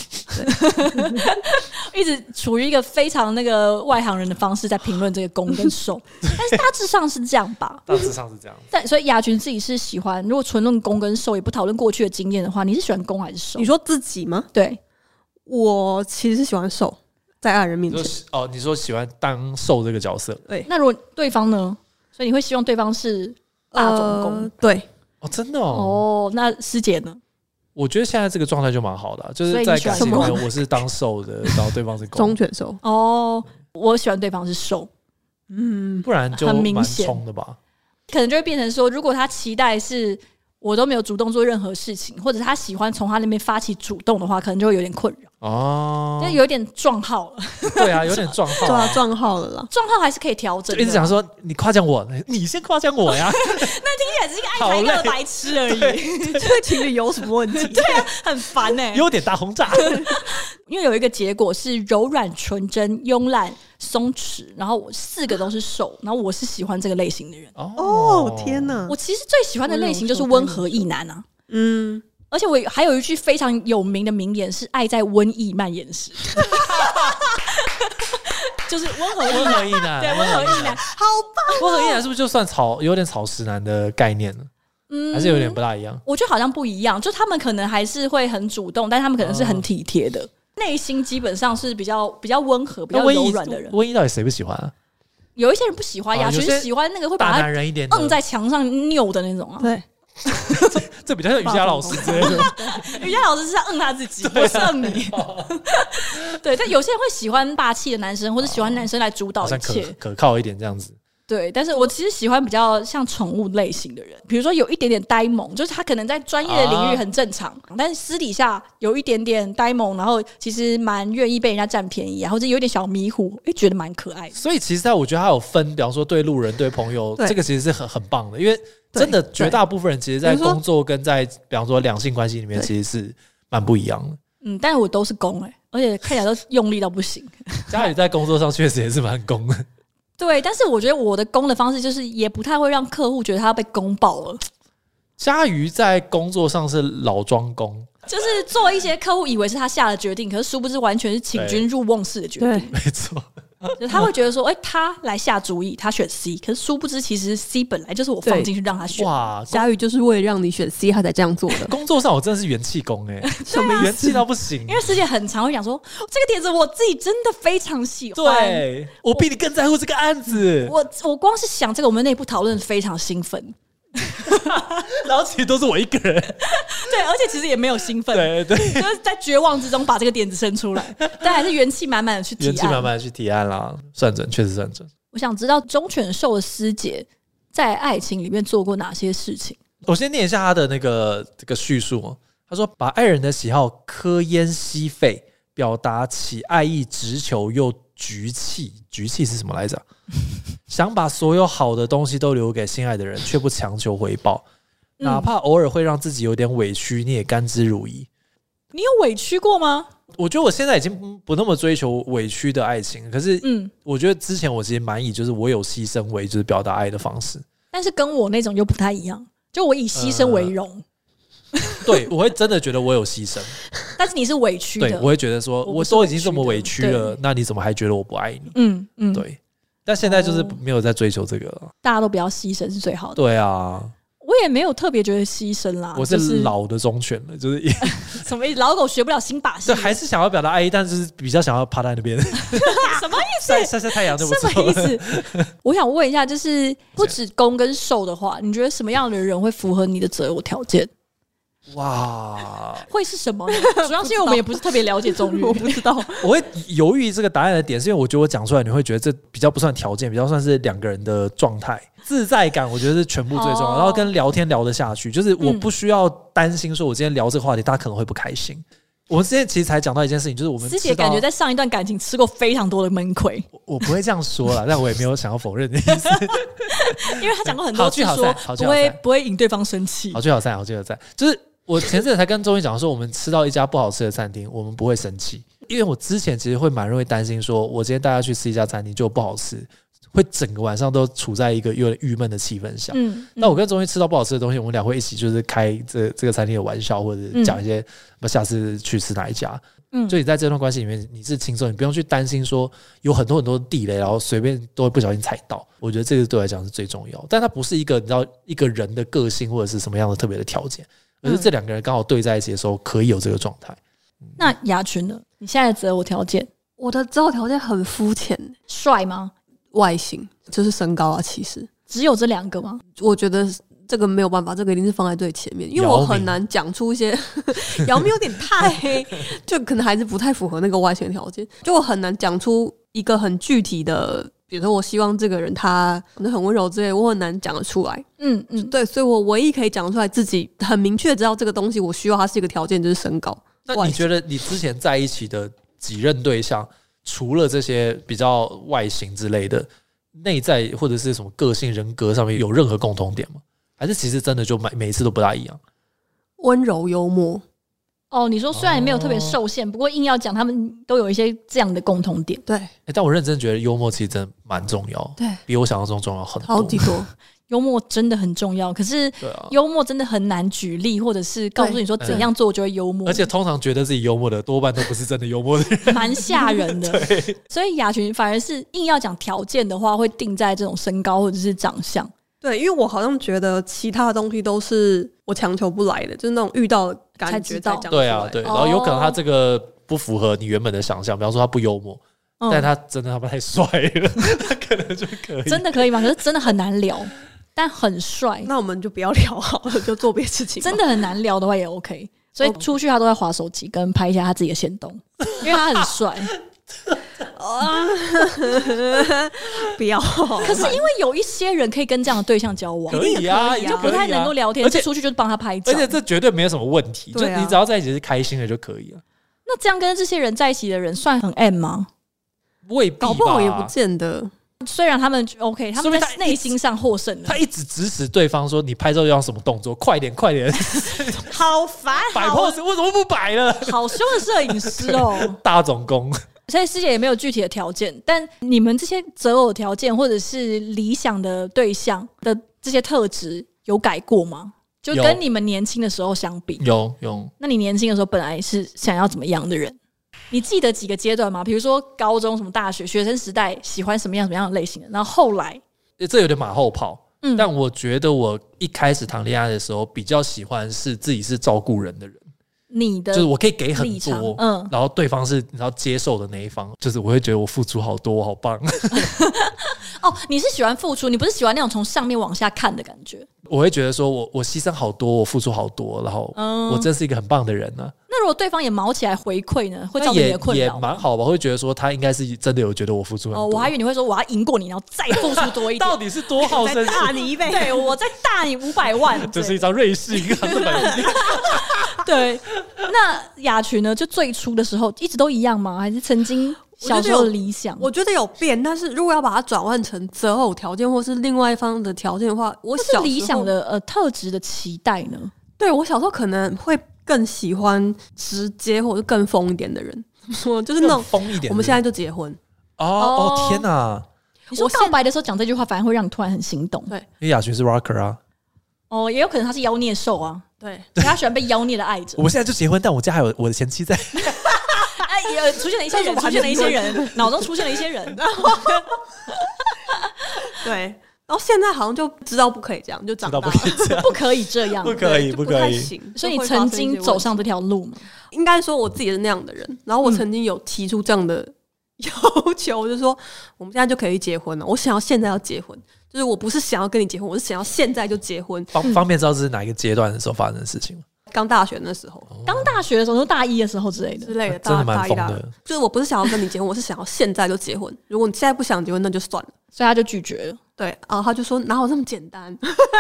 一直处于一个非常那个外行人的方式在评论这个攻跟受，但是大致上是这样吧。大致上是这样。但所以雅群自己是喜欢，如果纯论攻跟受，也不讨论过去的经验的话，你是喜欢攻还是受你？说自己吗？对，我其实是喜欢瘦，在爱人面前。就是哦，你说喜欢当受这个角色那如果对方呢？所以你会希望对方是大总攻呃，对，哦，真的哦。哦？那师姐呢？我觉得现在这个状态就蛮好的啊，所就以是你在喜欢感情里什面我是当 受的，然后对方是攻忠，犬兽。哦，我喜欢对方是受，嗯，不然就很明蛮显冲的吧。可能就会变成说，如果他期待是我都没有主动做任何事情，或者他喜欢从他那边发起主动的话，可能就会有点困扰。就哦，有点撞号了，对啊，有点撞 号对啊啊，，撞号了啦。撞号还是可以调整就的。一直讲说你夸奖我，你先夸奖我 呀，听起来只是一个爱抬杠的白痴而已， 这对情侣有什 么问题？很烦哎、优点大 轰炸。因为有一个结果是柔软、纯真、慵懒、松弛，然后我四个都是瘦，然后我是喜欢这个类型的人。哦，天！哪嗯我！其实最喜欢的类型就是温和一男啊。嗯，而且我还有一句非常有名的名言是“爱在瘟疫蔓延 时”，就是温和一温和男，一男，对温和一男，啊好棒！温和一男是不是就算草有点草食男的概念呢？嗯还是有点不大一样？我觉得好像不一样，就他们可能还是会很主动，但他们可能是哦很体贴的，内、心基本上是比较比较温和、比那较瘟柔疫软的人。瘟疫到底谁不喜欢啊？有一些人不喜欢呀，哦有其些实喜欢那个会把大他男人一点的，摁在墙上扭的那种啊。对，这比较像瑜伽老师之类 的。瑜伽老师是在摁他自己，啊不是摁你。 对，但有些人会喜欢霸气的男生，或者喜欢男生来主导好像一可切。可靠一点这样子。对，但是我其实喜欢比较像宠物类型的人，比如说有一点点呆萌，就是他可能在专业的啊领域很正常，但是私底下有一点点呆萌，然后其实蛮愿意被人家占便宜啊，或者有点小迷糊，哎、觉得蛮可爱的。所以其实在我觉得他有分，比方说对路人、对朋友，对这个其实是很很棒的，因为真的对绝大部分人其实，在比如说工作跟在比方说两性关系里面，对其实是蛮不一样 的。嗯，但是我都是攻哎、而且看起来都用力到不行。家里在工作上确实也是蛮攻的，对，但是我觉得我的攻的方式就是也不太会让客户觉得他要被攻爆了，佳瑜在工作上是老庄 工，就是做一些客户以为是他下了决定，可是殊不知完全是请君入瓮式的决定。对，没 错。就他会觉得说，哎、他来下主意，他选 C，可是殊不知其实 C 本来就是我放进去让他选。哇，佳宇就是为了让你选 C，他才这样做的。工作上我真的是元气工哎、什么意元气思？到不行因。为师姐很常会讲说，哦这个点子我自己真的非常喜欢。，对，我比你更在乎这个案子，我我光是想这个，我们内部讨论非常兴奋。然后其实都是我一个 人。对，而且其实也没有兴奋， 对 对，就是在绝望之中把这个点子生出 来，但还是元气满满的去提案。元气满满地去提案啦，算准，确实算准。我想知道忠犬兽的师姐在爱情里面做过哪些事情？我先念一下他的那个这个叙述哦，他说把爱人的喜好科研吸肺，表达其爱意直求又局气，局气是什么来着？ 想把所有好的东西都留给心爱的人，却不强求回报，嗯哪怕偶尔会让自己有点委屈，你也甘之如饴。你有委屈过吗？我觉得我现在已经不那么追求委屈的爱情，可是嗯，我觉得之前我其实蛮以就是我有牺牲为就是表达爱的方式，但是跟我那种又不太一样，就我以牺牲为荣，对我会真的觉得我有牺牲。但是你是委屈呃对，的我。会觉得说，我我不是都委已经这么屈的委屈了，那你怎么还觉得我不爱你？嗯嗯，对，但现在就是哦没有在追求这个了。大家都不要牺牲是最好的。对啊，我也没有特别觉得牺牲啦，我就是老的忠犬了，就是 也什么意思？老狗学不了新把戏，就还是想要表达爱意，但是比较想要趴在那 边啊什么意晒思？晒晒太阳，对不什么意错。思？ 我想问一下，就是不止攻跟受的话，你觉得什么样的人会符合你的择偶条件？哇，会是什么 呢？主要是因为我们也不是特别了 解中我于不知道，我会犹豫这个答案的点，是因为我觉得我讲出来，你会觉得这比较不算条件，比较算是两个人的状态自在感，我觉得是全部最重要。哦然后跟聊天聊得下去，就是我嗯不需要担心说我今天聊这个话题，大家可能会不开心。我们之前其实才讲到一件事情，就是我们师知姐道感觉在上一段感情吃过非常多的闷亏，我我不会这样说啦，但我也没有想要否认的意思。因为她讲过很多好次聚好说散好聚不好会散不会引对方生气好。聚好散，好聚好散。就是我前阵子才跟周瑜讲说，我们吃到一家不好吃的餐厅，我们不会生气，因为我之前其实会蛮容易担心说，我今天带他去吃一家餐厅就不好吃，会整个晚上都处在一个有点郁闷的气氛下。嗯，那我跟跟钟瑜吃到不好吃的东西，我们俩会一起就是开这这个餐厅的玩笑，或者讲一些那、下次去吃哪一家。嗯所以在这段关系里面，你是轻松，你不用去担心说有很多很多地雷，然后随便都会不小心踩到。我觉得这个对我来讲是最重要，但它不是一个你知道一个人的个性或者是什么样的特别的条件，而是这两个人刚好对在一起的时候可以有这个状态。那牙群呢？你现在的择偶条件我的择偶条件很肤浅，帅吗？外形就是身高啊。其实只有这两个吗？我觉得这个没有办法，这个一定是放在最前面，因为姚我明很难讲出一些 姚明有点 太，就可能还是不太符合那个外形条件，就我很难讲出一个很具体的。比如说，我希望这个人他可能很温柔之类，我很难讲得出来。嗯嗯，对，所以我唯一可以讲出来自己很明确知道这个东西，我需要它是一个条件，就是身高。那外你形觉得你之前在一起的几任对象，除了这些比较外形之类的，内在或者是什么个性、人格上面有任何共同点吗？还是其实真的就每每一次都不大一样？温柔幽默，哦，你说虽然没有特别哦受限，不过硬要讲，他们都有一些这样的共同点。对欸但我认真觉得幽默其实真的蛮重要，对，比我想象中重要很多。超级多，幽默真的很重要，可是对啊，幽默真的很难举例，或者是告诉你说对怎样做就会幽默，而且通常觉得自己幽默的，多半都不是真的幽默的人。蛮吓人 的。所以雅群反而是硬要讲条件的话，会定在这种身高或者是长相。 对，因为我好像觉得其他的东西都是我强求不来的，就是那种遇到的感才知觉才道讲出对啊来，对，哦然后有可能他这个不符合你原本的想象，比方说他不幽默，但嗯，他真的他妈太帅了， 他可能就可以。真的可以吗？可是真的很难聊，但很帅，那我们就不要聊好了，就做别的事情吧。真的很难聊的话也 OK。所以出去他都在划手机，跟拍一下他自己的行 动，因为他很帅。 不 要，可是因为有一些人可以跟这样的对象交往，可以一定可以啊啊，也就不太可以啊能够聊天，而且出去就是帮他拍照。而且这绝对没有什么问题，就对啊你只要在一起是开心的就可以了，那这样跟这些人在一起的人算很 M 吗？未必吧搞不好也不见得。虽然他们 OK，他说们明在他一内心上获胜了他，一直指使对方说：“你拍照要用什么动作？快点，快 点，好烦，摆好啊 pose，为什么不摆了好凶的摄影师 哦。？”大总工，所以师姐也没有具体的条件，但你们这些择偶条件或者是理想的对象的这些特质有改过吗？就有跟你们年轻的时候相比，有有，那你年轻的时候本来是想要怎么样的人？你记得几个阶段吗？比如说高中、什么大学、学生时代喜欢什么样什么样的类型的，然后后来，这有点马后炮。嗯，但我觉得我一开始谈恋爱的时候，比较喜欢是自己是照顾人的人，你的就是我可以给很立场多，，嗯，然后对方是你知道接受的那一方，就是我会觉得我付出好多，我好棒。 哦，你是喜欢付出，你不是喜欢那种从上面往下看的感觉。我会觉得说我我牺牲好多，我付出好多，然后嗯我真是一个很棒的人呢、那如果对方也毛起来回馈呢，会那造成你也的困也扰吗。蛮好吧，会觉得说他应该是真的有觉得我付出很多。哦，我还以为你会说我要赢过你，然后再付出多一点 到。底是多好再胜大心？你一 倍，对，我再大你五百万。这是一张瑞啊士银行的 门票。对。那雅群呢？就最初的时候一直都一样吗？还是曾经小时候的理想？我觉得有变，但是如果要把它转换成择偶条件或是另外一方的条件的话，我或是小理时候想，的呃特质的期待呢？对我小时候可能会更喜欢直接或者更疯一点的人，我就是那种疯一点的人，我们现在就结婚，哦哦哦天哪！你说我现告白的时候讲这句话，反而会让你突然很心动。因为雅群是 rocker 啊，哦，也有可能他是妖孽兽 啊，对，他喜欢被妖孽的爱着我。们现在就结婚，但我家还有我的前妻在。哎，也出现了一些人，出现了一些人，脑中出现了一些人。对，然后现在好像就知道不可以这样，就长知大道不了，可以这 样， 不可以这样不。可以，对就不可太以。行。所以就你会发生曾一些经问走题上这条路吗？应该说我自己是那样的人，然后我嗯曾经有提出这样的 要求，我就说我们现在就可以结婚了，我想要现在要结婚，就是我不是想要跟你结婚，我是想要现在就结婚。方方便知道这是哪一个阶段的时候发生的事情吗？刚大学那时候刚大学的时候，就大一的时候之类之的。类的，真大的大蛮一疯大二的，就是我不是想要跟你结婚，我 是想要现在就结婚。如果你现在不想结婚，那就算了。所以他就拒绝了。对，然后他就说哪有这么简 单？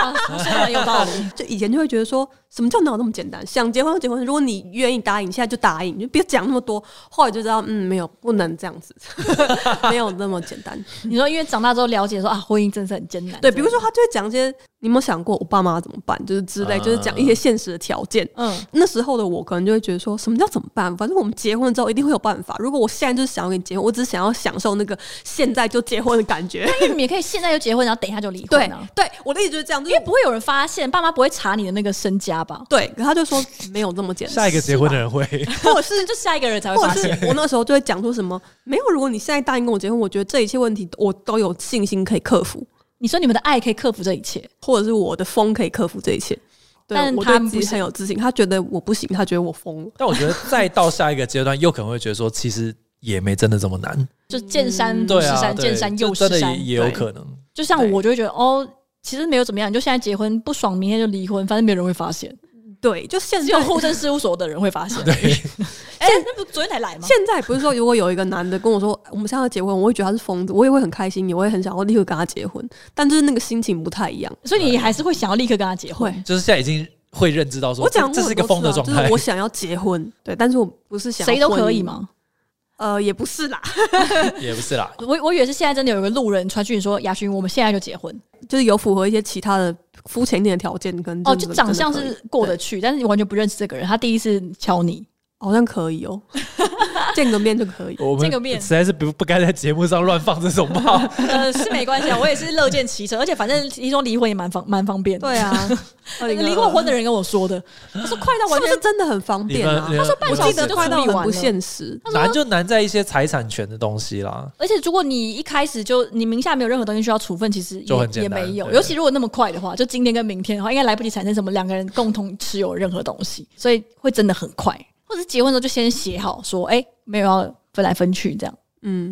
啊，说的有道理。就以前就会觉得说什么叫哪有这么简单？想结婚就结婚，如果你愿意答应，你现在就答应，你就别讲那么多。后来就知道，嗯，没有，不能这样子， 没有那么简单。你说，因为长大之后了解说啊，婚姻真是很艰难。对， 比如说他就会讲一些，你有没有想过我爸妈怎么办，就是之类，嗯就是讲一些现实的条件。嗯，那时候的我可能就会觉得说，什么叫怎么办？反正我们结婚之后一定会有办法。如果我现在就是想要跟你结婚，我只是想要享受那个现在就结婚的感 觉。因为你们也可以现在就结婚，然后等一下就离对婚啊。对，我的意思就是这样，就因为是不会有人发现，爸妈不会查你的那个身家吧？对。可他就说没有这么简单， 下一个结婚的人会， 或者是就下一个人才会或发者现。是我那时候就会讲出什么没有。如果你现在答应跟我结婚，我觉得这一切问题我都有信心可以克服，你说你们的爱可以克服这一切，或者是我的疯可以克服这一切。对但我他对们自不己行很有自信，他觉得我不行，他觉得我疯了。但我觉得再到下一个阶段，又可能会觉得说，其实也没真的这么难。就见山嗯不对是啊，山，对见山又就是真的山也。也有可能。就像对我就会觉得哦，其实没有怎么样，你就现在结婚不爽，明天就离婚，反正没有人会发现，对，就现只在有户政事务所的人会发 现。对，哎，那不昨天才来吗？现在不是说，如果有一个男的跟我说 我们现在要结婚，我会觉得他是疯子，我也会很开心，也会很想要立刻跟他结婚，但就是那个心情不太一样。所以你还是会想要立刻跟他结婚会？就是现在已经会认知到说，我讲过这这是一个疯很的多状次啊就态是我。想要结婚，对，但是我不是想要谁都婚姻可以？吗？呃，也不是啦， 也不是啦，我我以为是现在真的有一个路人传讯说，雅勋，我们现在就结婚就是有符合一些其他的肤浅一点的条件跟哦，真就的长相真的是可以过得去，但是你完全不认识这个人，他第一次敲你，好像可以哦， 见个面就可以。我这个面实在是不不该在节目上乱放这种 炮。 呃，是没关系啊，我也是乐见其成，而且反正听说离婚也蛮方蛮方便的。 啊对啊， 离过婚的人跟我说的，他说快到是完不全是真的很方便啊？你们你们他说半我小记时得就快处到理很完不了现实，难就难在一些财产权的东西啦。而且如果你一开始就你名下没有任何东西需要处分，其实就很也简也单没有。对尤其如果那么快的话，就今天跟明天的话，应该来不及产生什么两个人共同持有任何东西，所以会真的很快。或者是结婚的时候就先写好说，哎、没有要分来分去这样，嗯，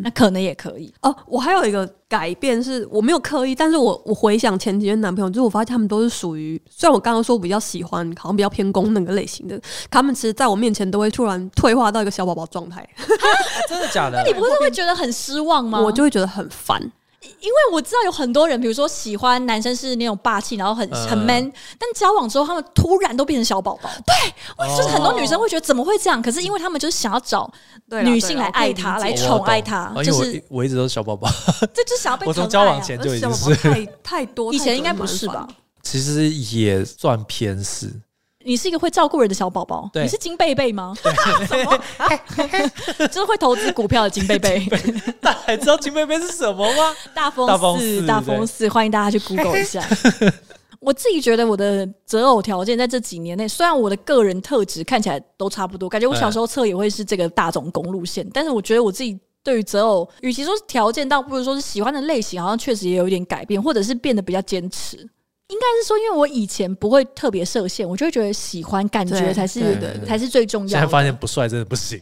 那可能也可以。哦，我还有一个改变是，我没有刻意，但是我我回想前几任男朋友，就是我发现他们都是属于，虽然我刚刚说我比较喜欢，好像比较偏攻那个类型的，他们其实在我面前都会突然退化到一个小宝宝状态， 真的假的你不是会觉得很失望吗？我就会觉得很烦。因为我知道有很多人，比如说喜欢男生是那种霸气，然后很嗯很 man，但交往之后他们突然都变成小宝宝。对，就是很哦多女生会觉得怎么会这样？可是因为他们就是想要找对啦女性来爱他，来对啦我可以理解宠爱他，哦因为就我是我一直都是小宝 宝，这就是想要被我宠爱、从啊。交往前就已经而且是，小宝宝太太多， 以前太多应该不是麻烦吧？？其实也算偏私。你是一个会照顾人的小宝宝，对你是金贝贝吗？ 就是会投资股票的金贝贝，大家还知道金贝贝是什么 吗？大大风风四四大风对四，欢迎大家去 Google 一 下。我自己觉得我的择偶条件在这几年内，虽然我的个人特质看起来都差不多，感觉我小时候测也会是这个大总公路线，但是我觉得我自己对于择偶，与其说是条件，倒不如说是喜欢的类型，好像确实也有一点改变，或者是变得比较坚持。应该是说，因为我以前不会特别设限，我就会觉得喜欢感觉对才对是对对才是最重现要在的。发现不帅真的不行，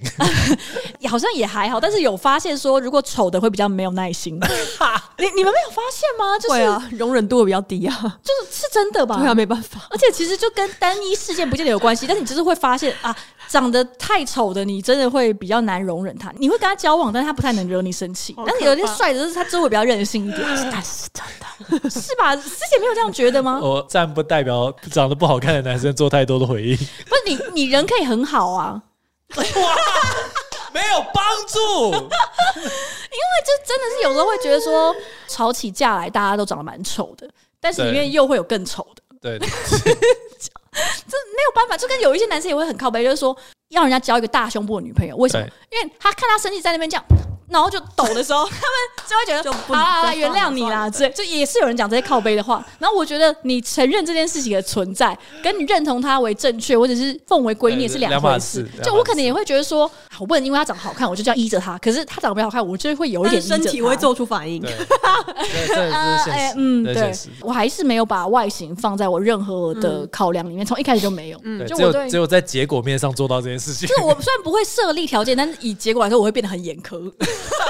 也好像也还好，但是有发现说，如果丑的会比较没有耐心。 你你们没有发现吗？就是、对啊，容忍度比较 低啊，就是是真的吧？对啊，没办法。而且其实就跟单一事件不见得有关系，但是你就是会发现啊，长得太丑的你真的会比较难容忍他，你会跟他交往，但是他不太能惹你生气。但是有些帅的，就是他就会比较任性一点， 但是真的哦是吧？之前没有这样觉得吗？ 我暂不代表长得不好看的男生做太多的回应，不是你，你人可以很好啊， 没有帮助。因为就真的是有时候会觉得说吵起架来，大家都长得蛮丑的，但是里面对又会有更丑的。 对， 没有办法，就跟有一些男生也会很靠背，就是说要人家交一个大胸部的女朋友，为什么对？因为他看他生气在那边这样，然后就抖的时候，他们就会觉 就得好不啦好啦，就原算谅了你算啦，了之类。就也是有人讲这些靠背的话。然后我觉得你承认这件事情的存在，跟你认同它为正确，或者是奉为圭臬对是是两两回码事事。就两我码可能也会觉得说，啊我不能因为他长得好看，我就这样依着他。可是他长得没好看，我就会有一但点是依身体着他会做出反应，对，这这这是现实，嗯，这是对现实，。我还是没有把外形放在我任何的嗯考量里面，从一开始就没有。对就只我对有只有在结果面上做到这件事情就。是我虽然不会设立条件，但是以结果来说，我会变得很严 苛。它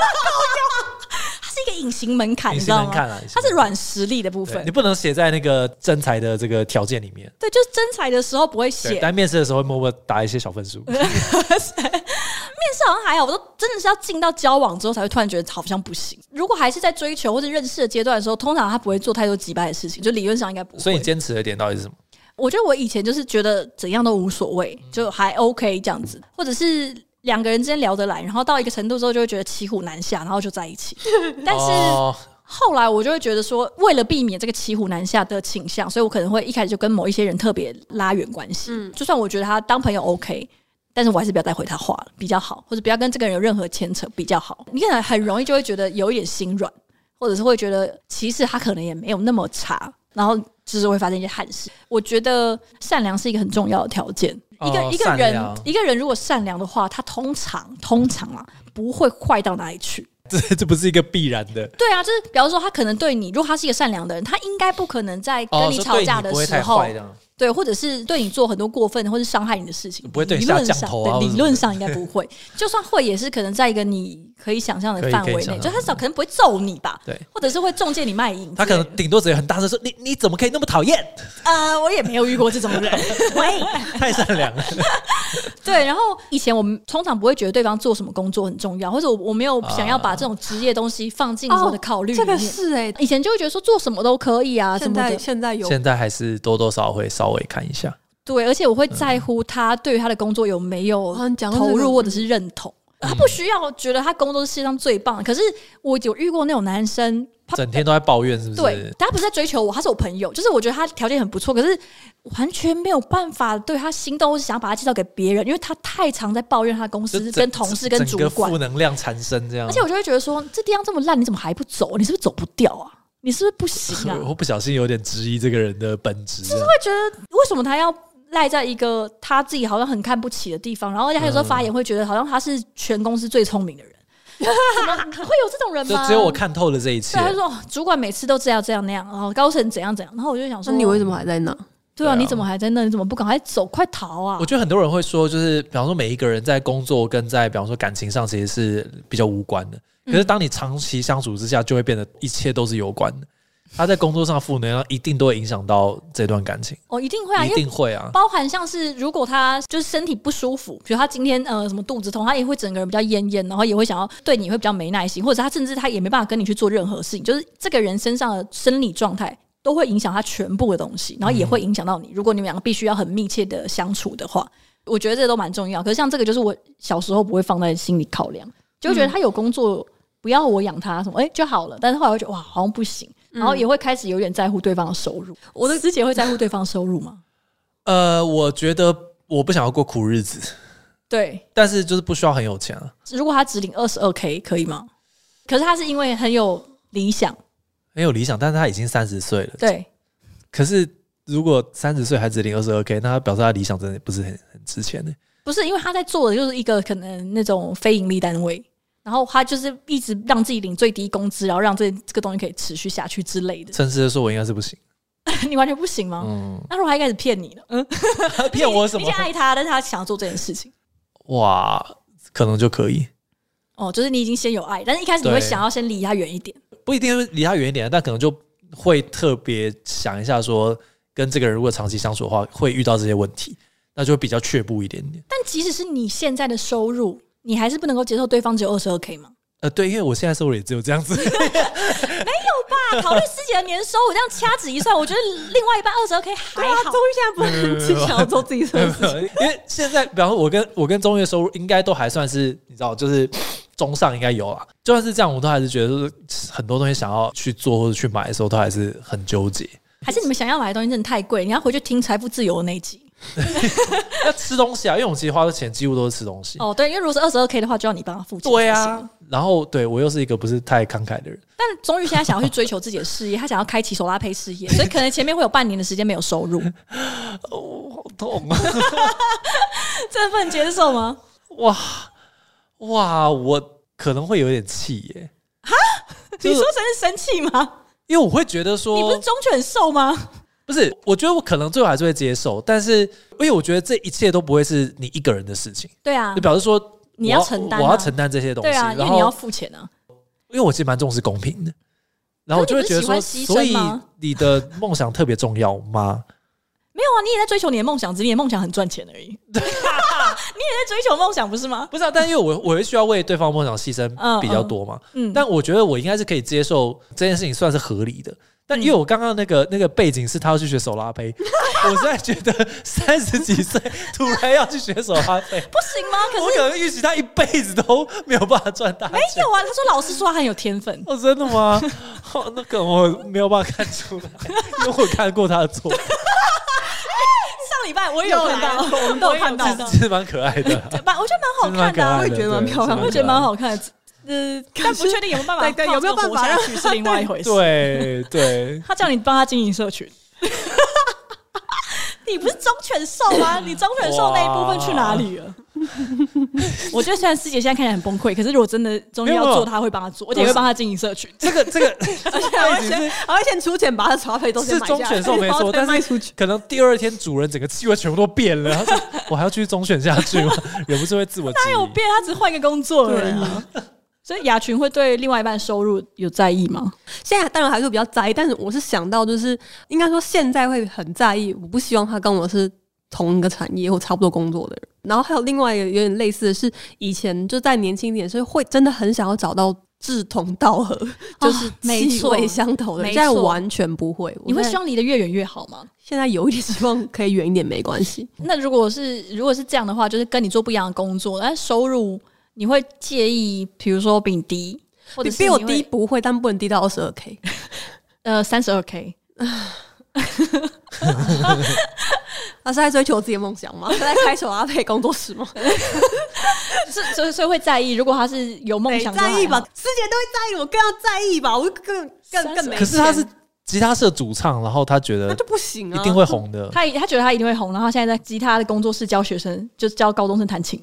是一个隐形门槛，你隐知形道门吗？槛啊，隐形它是门软实力的部 槛对分你。不能写在那个真才的这个条件里面。对，就是征才的时候不会写，对，面但面试的时候会默默打一些小 分数。试好像还好，我都真的是要进到交往之后才会突然觉得好像不行。如果还是在追求或者认识的阶段的时候，通常他不会做太多击败的事情，就理论上应该不会。所以你坚持的点到底是什么？我觉得我以前就是觉得怎样都无所嗯谓，就还 OK 这样子，或者是两个人之间聊得来，然后到一个程度之后就会觉得骑虎难下，然后就在一起。但是哦后来我就会觉得说，为了避免这个骑虎难下的倾向，所以我可能会一开始就跟某一些人特别拉远关系。就算我觉得他当朋友 OK，但是我还是不要再回他话了，比较好，或者不要跟这个人有任何牵扯比较好。你可能很容易就会觉得有一点心软，或者是会觉得其实他可能也没有那么差，然后就是会发生一些憾事。我觉得善良是一个很重要的条件。一个、哦一个善人良一个人如果善良的话，他通常通常啊不会坏到哪里去。 这这不是一个必然的。对啊，就是比方说，他可能对你，如果他是一个善良的人，他应该不可能在跟哦，你说吵对架你的不会时太候，坏这样对，或者是对你做很多过分或是伤害你的事情，不会对你理下论降上，头啊或者对，什理么论上应该不会。就算会，也是可能在一个你可以想象可的以范可以围想内，就象他少可能不会揍你吧，对，或者是会中介你卖淫之类的。他可能顶多只有很大声说：“你你怎么可以那么讨厌？呃，我也没有遇过这 种人。喂，太善良了。对，然后以前我们通常不会觉得对方做什么工作很重要，或者我我没有想啊要把这种职业东西放进我的考虑里哦这个面。是哎、以前就会觉得说做什么都可以啊，什现么的在。现在有现在还是多多少少会稍微看一下。对，而且我会嗯在乎他对于他的工作有没有啊你讲到这个投入或者是认同。嗯他不需要觉得他工作是世界上最棒的，可是我有遇过那种男生，他整天都在抱怨，是不是？对，他不是在追求我，他是我朋友，就是我觉得他条件很不错，可是完全没有办法对他心动，或是想把他介绍给别人，因为他太常在抱怨他公就司、整跟同事、跟整主个管负，能量缠身这样。而且我就会觉得说，这地方这么烂，你怎么还不走？你是不是走不掉啊？你是不是不行啊？ 我不小心有点质疑这个人的本质啊这样，会觉得为什么他要赖在一个他自己好像很看不起的地方，然后而且他有时候发言会觉得好像他是全公司最聪明的人，怎么会有这种人吗？ 就只有我。看透了这一切对，。他就说、哦主管每次都这样这样那样，然后高层怎样怎样，然后我就想说，那你啊为什么？么还在那？对啊，对啊你怎么还在那？你怎么不赶快走，快逃啊我！觉得很多人会说，就是比方说每一个人在工作跟在比方说感情上其实是比较无关的，嗯可是当你长期相处之下，就会变得一切都是有关的。他在工作上的负能量一定都会影响到这段感情，哦，一定会啊，一因为定会啊。包含像是如果他就是身体不舒服，比如他今天呃什么肚子痛，他也会整个人比较恹恹，然后也会想要对你会比较没耐心，或者他甚至他也没办法跟你去做任何事情，就是这个人身上的生理状态都会影响他全部的东西，然后也会影响到你。如果你们两个必须要很密切的相处的话，我觉得这都蛮重要。可是像这个，就是我小时候不会放在心里考量，就会觉得他有工作。不要我养他什么，哎、就好了。但是后来我觉得哇，好像不行，然后也会开始有点在乎对方的收入。我的师姐会在乎对方的收入吗？呃，我觉得我不想要过苦日子，对，但是就是不需要很有钱啊，如果他只领二十二 k 可以吗？可是他是因为很有理想，很有理想，但是他已经三十岁了。对，可是如果三十岁还只领二十二 k，那他表示他理想真的不是很很值钱的、不是因为他在做的就是一个可能那种非盈利单位，然后他就是一直让自己领最低工资，然后让这这个东西可以持续下去之类的。 诚实的说，我应该是不行。你完全不行吗？嗯， 那如果他一开始骗你呢？嗯，他骗我哦什你么已经？爱他，但是他想要做这件事情。哇，可能就可以，哦，就是你已经先有爱，但是一开始你对会想要先离他远一点。不一定会离他远一点，但可能就会特别想一下说，跟这个人如果长期相处的话，会遇到这些问题，那就会比较却步一点点。但即使是你现在的收入，你还是不能够接受对方只有二十二 k 吗？呃，对，因为我现在收入也只有这样子，啊，考虑师姐的年收，我这样掐指一算，我觉得另外一半二十二 k 还好。于现在不能去想要做自己没的有事没有因为现在，比方说我跟我跟中月收入应该都还算是，你知道，就是中上应该有啦。就算是这样，我都还是觉得说很多东西想要去做或者去买的时候，都还是很纠结。还是你们想要买的东西真的太贵，你要回去听财富自由的那一集要吃东西啊，因为我们其实花的钱几乎都是吃东西。哦。对，因为如果是二十二 k 的话，就要你帮他付钱。对啊，，然后对我又是一个不是太慷慨的人，但钟玉现在想要去追求自己的事业，他想要开启手拉胚事 业，所以可能前面会有半年的时间没有收入，哦，好痛啊！这份接受吗？ 哇哇，我可能会有点气耶。哈，你就说是真是生气吗？因为我会觉得说，你不是忠犬兽吗？不是，我觉得我可能最后还是会接受，但是因为我觉得这一切都不会是你一个人的事情，对啊就，表示说我你要承担啊我要承担这些东西。对啊，因然为后你要付钱啊。因为我其实蛮重视公平的，然后我就会觉得说，可是你不是所喜以欢牺牲吗你的梦想特别重要吗？ 没有啊，你也在追求你的梦想，只是你的梦想很赚钱 而已。你也在追求梦想，不是吗？不是啊，但因为我我会需要为对方的梦想牺牲嗯比较多嘛，嗯，但我觉得我应该是可以接受这件事情，算是合理的。嗯但因为我刚刚那个那个背景是他要去学手拉 胚，我现在觉得三十几岁突然要去学手拉胚，不行吗？可 我是可能预期他一辈子都没有办法赚大钱。没有啊，他说老师说他很有天分。哦，真的吗？ 哦，那个我没有办法看出来，因为我看过他的作上品，礼拜我也有看到，我们都有看到，其实蛮可爱 的，蛮我觉得真的蛮好蛮看可的啊，爱的，我也觉得蛮漂亮的我也觉得蛮。好看的。呃，但不确定有没有办法，对对有没有办法下让去是另外一 回事。对对，他叫你帮他经营社群，你不是忠犬兽 吗？你忠犬兽那一部分去哪里了？ 我觉得虽然师姐现在看起来很崩溃，可是如果真的终于要没有没有做，他会帮他做，而且也会帮他经营社群。这个这个而且还会先还会先出钱把他的茶杯都先是买下中来选兽没然后错，再但卖 是出去。可能第二天主人整个气味全部都变了，然后就我还要继续中选下去吗？ 忍不住会自我质他有疑。变，他只换一个工作而对已。啊， 所以雅群会对另外一半收入有在意吗？现在当然还是比较在意，但是我是想到就是应该说现在会很在意，我不希望他跟我是同一个产业或差不多工作的人。然后还有另外一个有点类似的是，以前就在年轻一点是会真的很想要找到志同道合，就是没气错味相投的人，没现在错完全不会。我你会现在希望离得越远越好吗？现在有一点希望可以远一点，没关系。那如果是如果是这样的话，就是跟你做不一样的工作，那收入你会介意，比如说比你低，或者你是比我你会低不会，但不能低到二十二 k。呃三十二 k，他是在追求自己的梦想 吗？是在开手拉配工作室 吗？ 是所以所以会在意，如果他是有梦得想就在意还好吧，师姐都会在意，我更要在意吧，我更更更没32钱。可是他是吉他社主唱，然后他觉那得就不行一啊，定会。红的。他他觉得他一定会红，然后现在在吉他的工作室教学生，就是教高中生弹琴。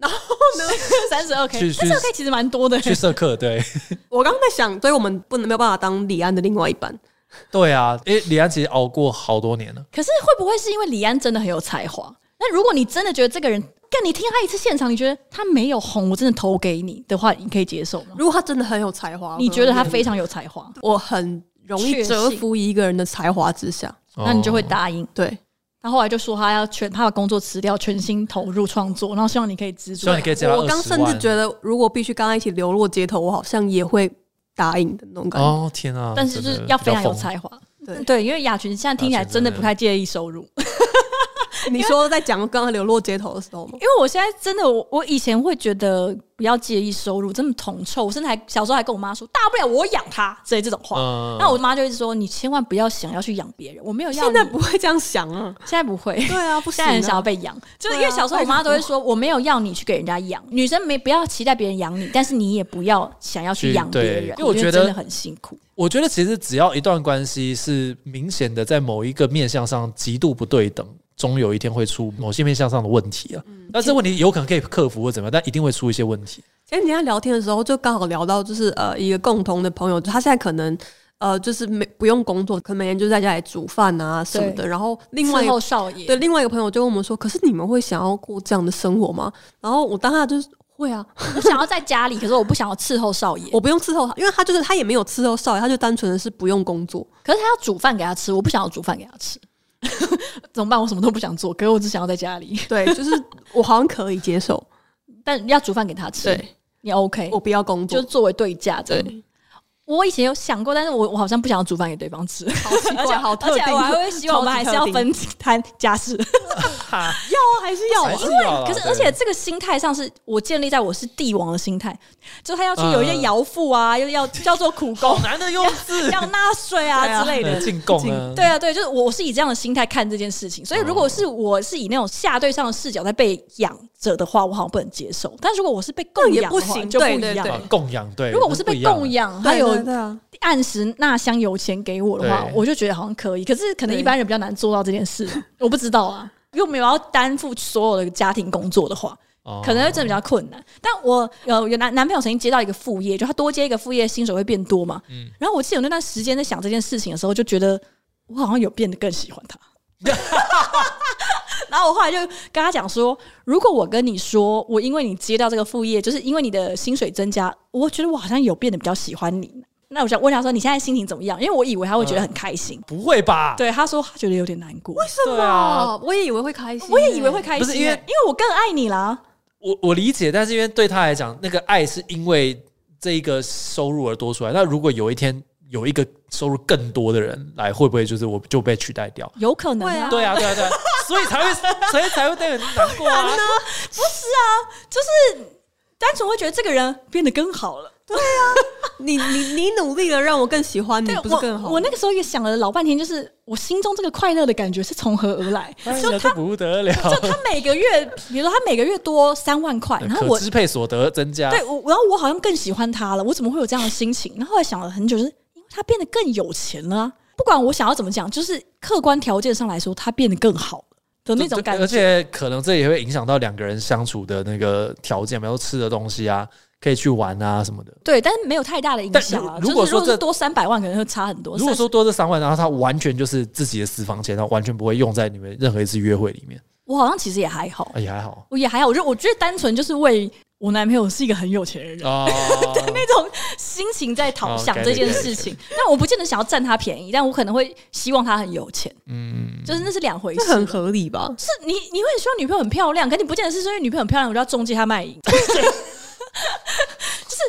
然后呢， 三十二 k，去去三十二 k 其实蛮多的。去社课，对我刚刚在想，所以我们不能没有办法当李安的另外一半。对啊，因为李安其实熬过好多年了。可是会不会是因为李安真的很有才华？那如果你真的觉得这个人，干你听他一次现场，你觉得他没有红，我真的投给你的话，你可以接受吗？如果他真的很有才华，你觉得他我非常有才华，我很容易折服于一个人的才华之下。那你就会哦答应。对，他后来就说他要全他把工作辞掉，全心投入创作，然后希望你可以资助希望你可以借他我刚20甚至万觉得，如果必须跟他一起流落街头，我好像也会答应的那种感觉。哦天啊！但是就真是的要非常比较有疯才华。对对，因为雅群现在听起来真的不太介意收入，你说在讲刚刚流落街头的时候吗？因为我现在真的我我以前会觉得不要介意收入，这么铜臭，我甚至还小时候还跟我妈说，大不了我养他之类这种话。嗯那我妈就一直说，你千万不要想要去养别人，我没有要现在你不会这样想啊。现在不 会，对啊，不现行、在很想要啊。被养，就是因对啊为小时候我妈都会说，我没有要你去给人家养，女生没不要期待别人养你，但是你也不要想要去去养别对人，因为我觉得真的很辛苦。我觉得其实只要一段关系是明显的在某一个面向上极度不对等，终有一天会出某些面向上的问题啊。嗯那这问题有可能可以克服或怎么样，但一定会出一些问题。前几天聊天的时候，就刚好聊到，就是呃，一个共同的朋友，他现在可能呃，就是没不用工作，可能每天就在家里煮饭啊什么的。然后另外一伺个候少爷，对，另外一个朋友就问我们说：“可是你们会想要过这样的生活吗？”然后我当下就是会啊，我想要在家里，可是我不想要伺候少爷。我不用伺候他，因为他就是他也没有伺候少爷，他就单纯的是不用 工作。可是他要煮饭给他吃，我不想要煮饭给他吃， 怎么办？我什么都不想做，可是我只想要在家里。对，就是我好像可以接受，但要煮饭给他吃，对你 OK，我不要工就作是。作为对价这样。对，我以前有想过，但是我我好像不想要煮饭给对方吃，好奇怪，好特而定，且我还会希望我们还是要超级特定分摊家事。要啊还是要还啊是要啦可是对而且这个心态上是我建立在我是帝王的心态，就他要去嗯有一些徭赋啊，又要叫做苦工 好，难的用字，要纳税对啊啊之类呃的。 进贡啊，对啊，对，就是我是以这样的心态看这件事情，所以如果是我是以那种下对上的视角在被养着的话，我好像不能接受。但如果我是被供养的那话，也不行就不一对对样。啊对供养对。如果我是那不被一样啊供养，对还有对对啊，按时纳香油钱给我的话对，我就觉得好像可以。可是可能对一般人比较难做到这件事，我不知道啊，又没有要担负所有的家庭工作的话，哦可能会真的比较困难。但我呃有有男男朋友曾经接到一个副业，就他多接一个副业，薪水会变多嘛。嗯然后我记得有那段时间在想这件事情的时候，就觉得我好像有变得更喜欢 他。然后我后来就跟他讲说，如果我跟你说，我因为你接到这个副业，就是因为你的薪水增加，我觉得我好像有变得比较喜欢你。那我想问他说，你现在心情怎么样？因为我以为他会觉得很开心。不会吧？对，他说他觉得有点难过。为什对啊，哇，我也以为会开心欸，哦我也以为会开心、不是因因为为我更爱你啦。我我理解，但是因为对他来讲，那个爱是因为这一个收入而多出来。那如果有一天有一个收入更多的人来，会不会就是我就被取代掉？有可能会啊啊，对啊，对啊，对啊，所以才会，所以才会对人难过啊。就是单纯会觉得这个人变得更好了。你你你努力了，让我更喜欢嗯你，不是我更好吗？我那个时候也想了老半天，就是我心中这个快乐的感觉是从何而 来？就他哎不得了，就 他每个月，比如说他每个月多三万块，然后可啊我支配所得增加，对我，然后我好像更喜欢他了，我怎么会有这样的心情？然后后来想了很久，就是因为他变得更有钱了啊、不管我想要怎么讲，就是客观条件上来说，他变得更好了的那种感觉。而且可能这也会影响到两个人相处的那个条件，比如说吃的东西啊，可以去玩啊什么的。对，但是没有太大的影但响啊。如如果就是如说果是这多三百万，可能会差很多。如果30说多这三万，然后他完全就是自己的私房钱，他完全不会用在你们任何一次约会里面，我好像其实也还好，啊也还好我也还好，我就我觉得单纯就是为我男朋友是一个很有钱的人。啊。那种心情在讨哦想改这了件改了事情，但我不见得想要占他便宜，但我可能会希望他很有钱， 嗯，就是那是两 回这事。很合理吧？是你你会希望 女朋友很漂亮，可你不见得是因为女朋友很漂亮我就要中介她卖淫，就是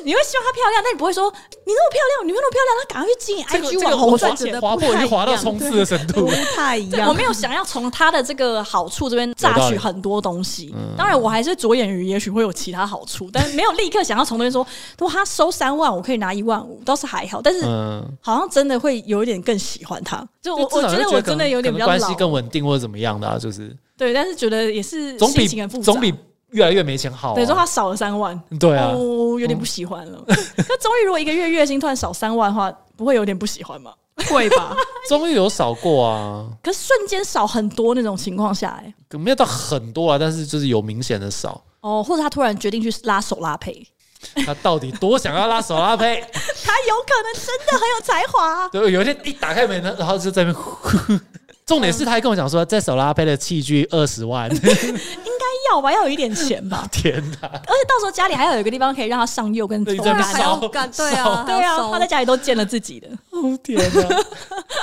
你会希望她漂亮，但你不会说你那么漂亮，你那么漂亮，她赶快去经营这个 IG 这个网红我赚划钱。划破已经划到冲刺的程度不了。太一对样。我没有想要从她的这个好处这边有榨道取理很多东西，嗯当然我还是着眼于也许会有其他好处，但没有立刻想要从那边说， 如果她收三万，我可以拿一万五，倒是还好，但是嗯，好像真的会有一点更喜欢她。就我就我至少觉就得觉我可能真的有点比可较能关系老，更稳定或者怎么样的啊，就是对，但是觉得也是总比心情很复杂，总比越来越没钱好啊。对，说她少了三万，对啊，嗯哦，有点不喜欢了。 那终于如果一个月月薪突然少三万的话，不会有点不喜欢吗？会吧？终于有少过啊，可是瞬间少很多那种情况下、哎，可没有到很多啊，但是就是有明显的少。哦，或者他突然决定去拉手拉胚，他到底多想要拉手拉胚？ 他有可能真的很有才华、对，有一天一打开门，然后就在那边 呼。呼重点是他还跟我讲说，这手拉胚的器具二十万，。要吧，要有一点钱吧天 哪！而且到时候家里还要有一个地方可以让他上幼跟对抽在那对啊，干还边烧要干对啊，对还要啊，烧他在家里都建了自己的。哦天哪！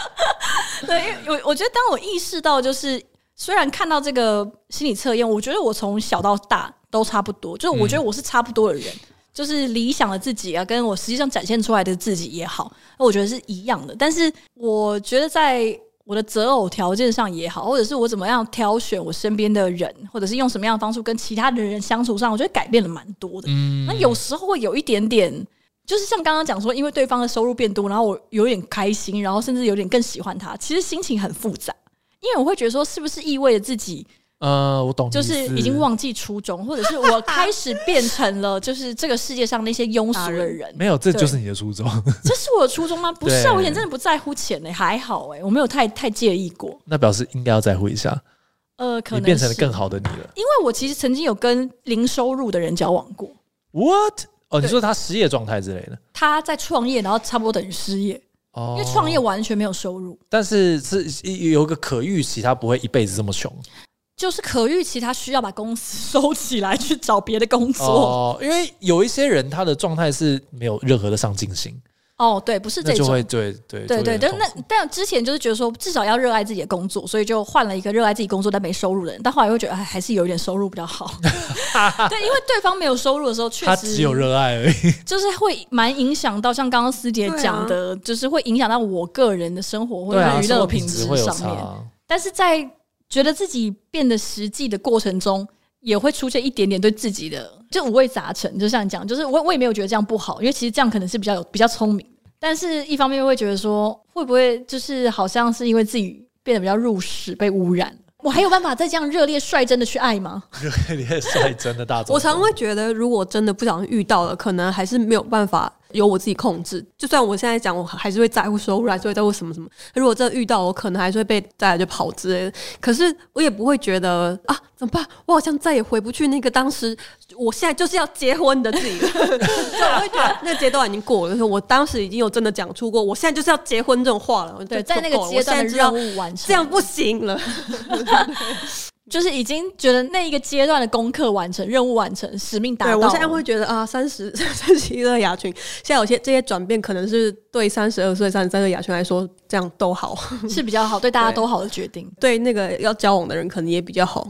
对，因为我我觉得当我意识到，就是虽然看到这个心理测验，我觉得我从小到大都差不多，就是我觉得我是差不多的人，就是理想的自己啊，跟我实际上展现出来的自己也好，我觉得是一样的。但是我觉得在我的择偶条件上也好，或者是我怎么样挑选我身边的人，或者是用什么样的方式跟其他的人相处上，我觉得改变了蛮多的。嗯那有时候会有一点点，就是像刚刚讲说，因为对方的收入变多，然后我有点开心，然后甚至有点更喜欢他。其实心情很复杂，因为我会觉得说，是不是意味着自己呃，我懂你就意思，是已经忘记初衷，或者是我开始变成了就是这个世界上那些庸俗的 人？没有，这对就是你的初衷。这是我的初衷吗？不是啊，对我以前真的不在乎钱呢、还好哎、我没有太太介意过。那表示应该要在乎一下，呃，可你能变成了是更好的你了。因为我其实曾经有跟零收入的人交往过， What？哦，你对说他失业状态之类的。他在创业，然后差不多等于失业，哦因为创业，完全没有收入。但是是是有一个可预期，他不会一辈子这么穷就是可预期他需要把公司收起来去找别的工作。哦哦。因为有一些人他的状态是没有任何的上进心，哦对，不是那这就种。会对对对对，就但会很那痛苦但之前就是觉得说，至少要热爱自己的工作，所以就换了一个热爱自己工作但没收入的人。但后来又觉得，哎，还是有一点收入比较 好。对，因为对方没有收入的时候，确他实只有热爱而已。就是会蛮影响到，像刚刚师姐讲的，就是会影响到我个人的生活或对啊，者是娱生乐活品品质会有上差面。 啊。但是在觉得自己变得实际的过程中，也会出现一点点对自己的就五味杂陈。就像你讲，就是我我也没有觉得这样不好，因为其实这样可能是比较有比较聪明。但是一方面又会觉得说，会不会就是好像是因为自己变得比较入世，被污染？我还有办法再这样热烈率真的去爱吗？热烈率真的大众，我常会觉得，如果真的不小心遇到了，可能还是没有办法由我自己控制。就算我现在讲，我还是会在乎收入，还是会在乎什么什么。如果真的遇到，我可能还是会被带来就跑之类的。可是我也不会觉得啊，怎么办？我好像再也回不去那个当时，我现在就是要结婚的自己 了。就我会觉得那个阶段已经过了，就是我当时已经有真的讲出过，我现在就是要结婚这种话了。我就 对，在那够个阶了段我的现在知道任务完成，这样不行了。就是已经觉得那一个阶段的功课完成、任务完成、使命达对到。我现在会觉得啊，三十 三十一岁的雅群，现在有些这些转变，可能是对三十二岁、三十三岁的雅群来说，这样都好。 是比较好，对大家对都好的决定。对那个要交往的人，可能也比较好。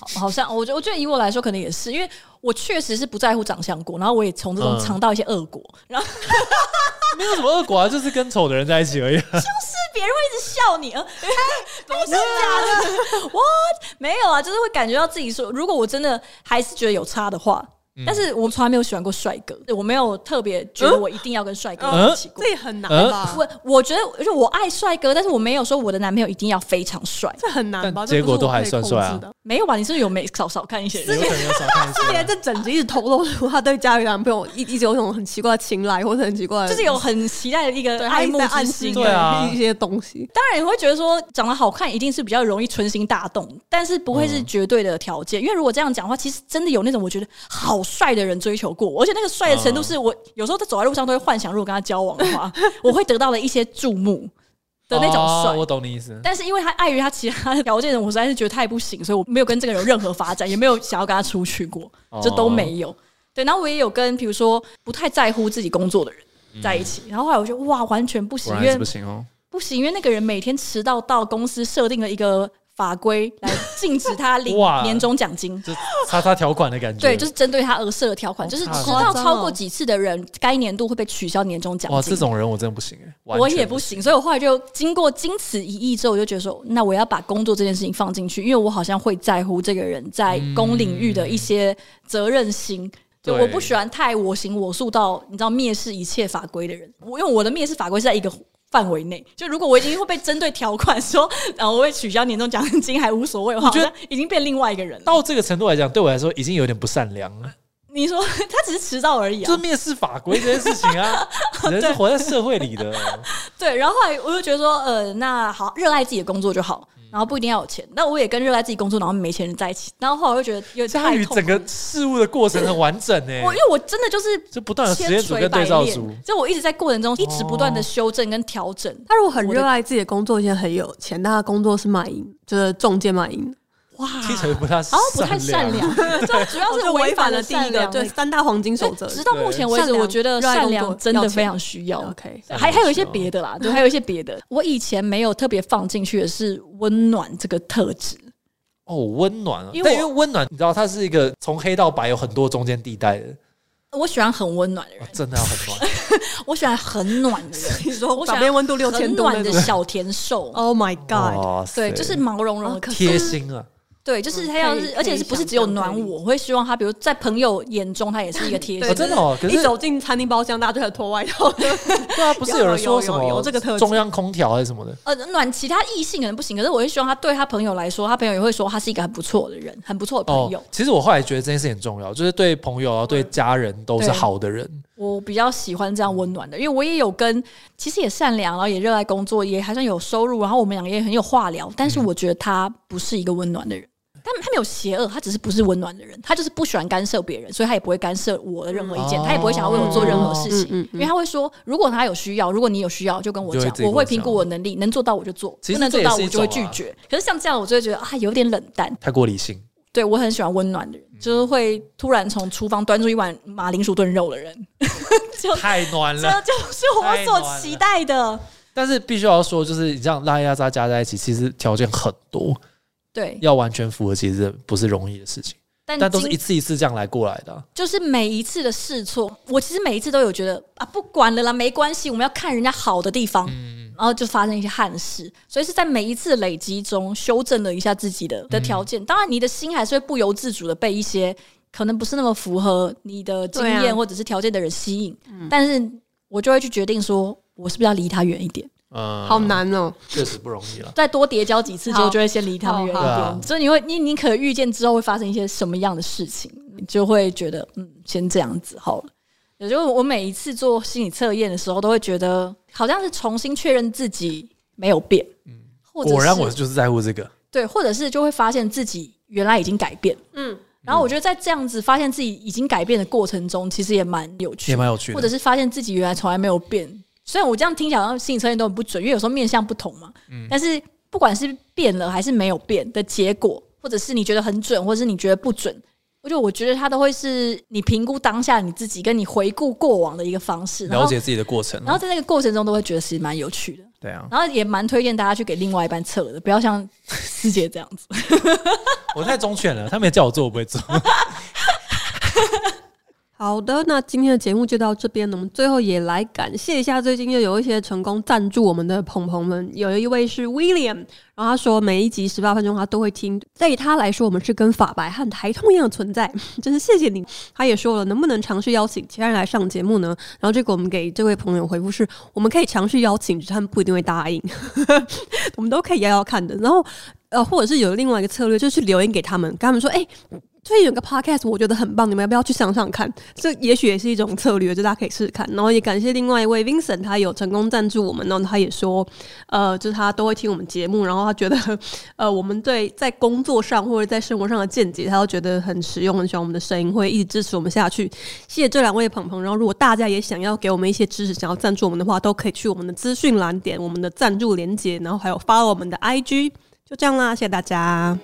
好好像我觉得，我觉得以我来说，可能也是，因为我确实是不在乎长相过，然后我也从这种嗯尝到一些恶果，然后没有什么恶果啊，就是跟丑的人在一起 而已啊。是别人会一直笑你，呃， 不是假啊的 ，what 没有啊，就是会感觉到自己说，如果我真的还是觉得有差的话，但是我从来没有喜欢过帅哥，我没有特别觉嗯得我一定要跟帅哥在一起过。 这也很难呃吧？我我觉得，就我爱帅哥，但是我没有说我的男朋友一定要非常帅，这很难吧？但结果都还算帅这啊不是我可以控制的。没有吧？你是不是有没少少看一 些？有可能有少看一之前些。这整集一直透露出她对家里男朋友一一直有一种很奇怪的青睐，或者很奇怪的，就是有很期待的一对个她爱一直慕在之暗示心，对啊一些东西。当然，你会觉得说长得好看一定是比较容易春心大动，但是不会是绝对的条件。因为如果这样讲的话，其实真的有那种我觉得好帅的人追求过我，而且那个帅的程度是我、有时候在走在路上都会幻想，如果跟他交往的 话，我会得到了一些注目的那种帅。哦我懂你意思。但是因为他碍于他其他的条件，我实在是觉得太不行，所以我没有跟这个人有任何发展，也没有想要跟他出去过，哦就都没有。对，然后我也有跟比如说不太在乎自己工作的人在一起，然后后来我就哇，完全不行，嗯果因然为是不行哦。不行，因为那个人每天迟到到公司设定了一个法规来禁止他领 哇年终奖金。就擦擦条款的感觉。对，就是针对他而设的条款，好就是迟惨到哦超过几次的人，该年度会被取消年终奖哇，金这。种人我真的不行哎、完全我也不行，所以我后来就经过经此一役之后，我就觉得说，那我要把工作这件事情放进去，因为我好像会在乎这个人在公领域的一些责任心。就对我不喜欢太我行我素到你知道蔑视一切法规的人，我因为我的蔑视法规是在一个范围内，就如果我已经会被针对条款说， 然后我会取消年终奖金还无所谓的话，我觉得好像已经变另外一个人了。到这个程度来讲，对我来说已经有点不善良哎了，你说他只是迟到而已就啊是？蔑视法规这件事情 啊，人是活在社会里的，对，然后后来我就觉得说，呃，那好，热爱自己的工作就好，嗯然后不一定要有钱。那我也跟热爱自己工作然后没钱人在一起，然后后来我就觉得有点佳太宇痛整苦个事物的过程很完整哎、我因为我真的就是就不断的实验千组锤跟百对照组炼，，就我一直在过程中一直不断的修正跟调整。他如果很我的热爱自己的工作，现在很有钱，但他工作是卖淫，就是中介卖淫，哇，听起来不太好像不太善良，这主要 哦是就违反了第善一个良对三大黄金守则。直到目前为止，对我觉得善善良热爱工良作真的要钱非常需要。 OK，对还还有一些别的啦，对，还有一些别的。我以前没有特别放进去的是温暖这个特质，哦，温暖啊，因为但我因为温暖，你知道它是一个从黑到白有很多中间地带的，我喜欢很温暖的人哇，真的要 很暖。我喜欢很暖的人。你说我想表面温度六千很度那暖种的小哦甜瘦， ，Oh my God，哇哦对，塞就是毛茸茸的，啊可贴心啊，对，就是他嗯要可以是，可以而且是不是只有暖想象可以我，我会希望他，比如在朋友眼中，他也是一个贴 哦心。真的哦可是一走进餐厅包厢，大家就开始脱外套，对啊，不是有人说什有有么有这个特质中央空调还是什么的，呃，暖其他异性可能不行，可是我会希望他对他朋友来说，他朋友也会说他是一个很不错的人，很不错的朋友。哦，其实我后来觉得这件事情很重要，就是对朋友啊、对家人都是好的人。我比较喜欢这样温暖的，因为我也有跟，其实也善良，然后也热爱工作，也还算有收入，然后我们两个也很有话聊，但是嗯我觉得他不是一个温暖的人。他他没有邪恶，他只是不是温暖的人，他就是不喜欢干涉别人，所以他也不会干涉我的任何意见，嗯他也不会想要为我做任何事情，嗯嗯嗯因为他会说，如果他有需要，如果你有需要，就跟我就讲会自己，跟我我会评估讲我能力，能做到我就做，其实不能做这也到是一我就会种拒啊绝。可是像这样，我就会觉得啊，有点冷淡。太过理性，对我很喜欢温暖的人，就是会突然从厨房端出一碗马铃薯炖肉的人。 太暖这。就是我所期待的。但是必须要说，就是你这样拉一拉扎加在一起，其实条件很多，对，要完全符合其实不是容易的事情。但但都是今一次一次这样来过来的啊、就是每一次的试错，我其实每一次都有觉得啊，不管了啦，没关系，我们要看人家好的地方，嗯然后就发生一些憾事，所以是在每一次累积中修正了一下自己的的条嗯件。当然，你的心还是会不由自主的被一些可能不是那么符合你的经对验啊或者是条件的人吸引，嗯但是我就会去决定说。我是不是要离他远一点？嗯，好，难哦。确实不容易了。再多叠交几次之后，好就会先离他们远一好好点。所以你会，你你可预见之后会发生一些什么样的事情，你就会觉得，嗯，先这样子好了。也就是我每一次做心理测验的时候，都会觉得好像是重新确认自己没有变，嗯，或者果然我是就是在乎这个，对，或者是就会发现自己原来已经改变。嗯，然后我觉得在这样子发现自己已经改变的过程中，其实也蛮有趣也的，蛮有趣的。或者是发现自己原来从来没有变。虽然我这样听起来好像心理测验都很不准，因为有时候面向不同嘛。嗯但是不管是变了还是没有变的结果，或者是你觉得很准，或者是你觉得不准，我觉得我觉得它都会是你评估当下你自己，跟你回顾过往的一个方式。然了后，解自己的过程啊，然后在那个过程中都会觉得其实蛮有趣的。对啊，然后也蛮推荐大家去给另外一半测的，不要像 师姐这样子。我太忠犬了，他没叫我做，我不会做。好的，那今天的节目就到这边了。我们最后也来感谢一下最近又有一些成功赞助我们的朋朋们，有一位是 William，然后他说每一集十八分钟他都会听，对他来说我们是跟法白和台通一样的存在， 真是谢谢你。他也说了，能不能尝试邀请其他人来上节目呢？然后这个我们给这位朋友回复是，我们可以尝试邀请，只是他们不一定会答应， 我们都可以邀邀看的。然后呃，或者是有另外一个策略，就是留言给他们，跟他们说，哎、最近有个 podcast，我觉得很棒，你们要不要去上上看？这也许也是一种策略，就大家可以试试看。然后也感谢另外一位 Vincent，他有成功赞助我们，然后他也说，呃，就是他都会听我们节目，然后他觉得， 呃，我们对在工作上或者在生活上的见解，他都觉得很实用，很喜欢我们的声音，会一直支持我们下去。谢谢这两位鹏鹏。然后如果大家也想要给我们一些支持，想要赞助我们的话，都可以去我们的资讯栏点我们的赞助连接，然后还有发我们的 IG。就这样啦，谢谢大家，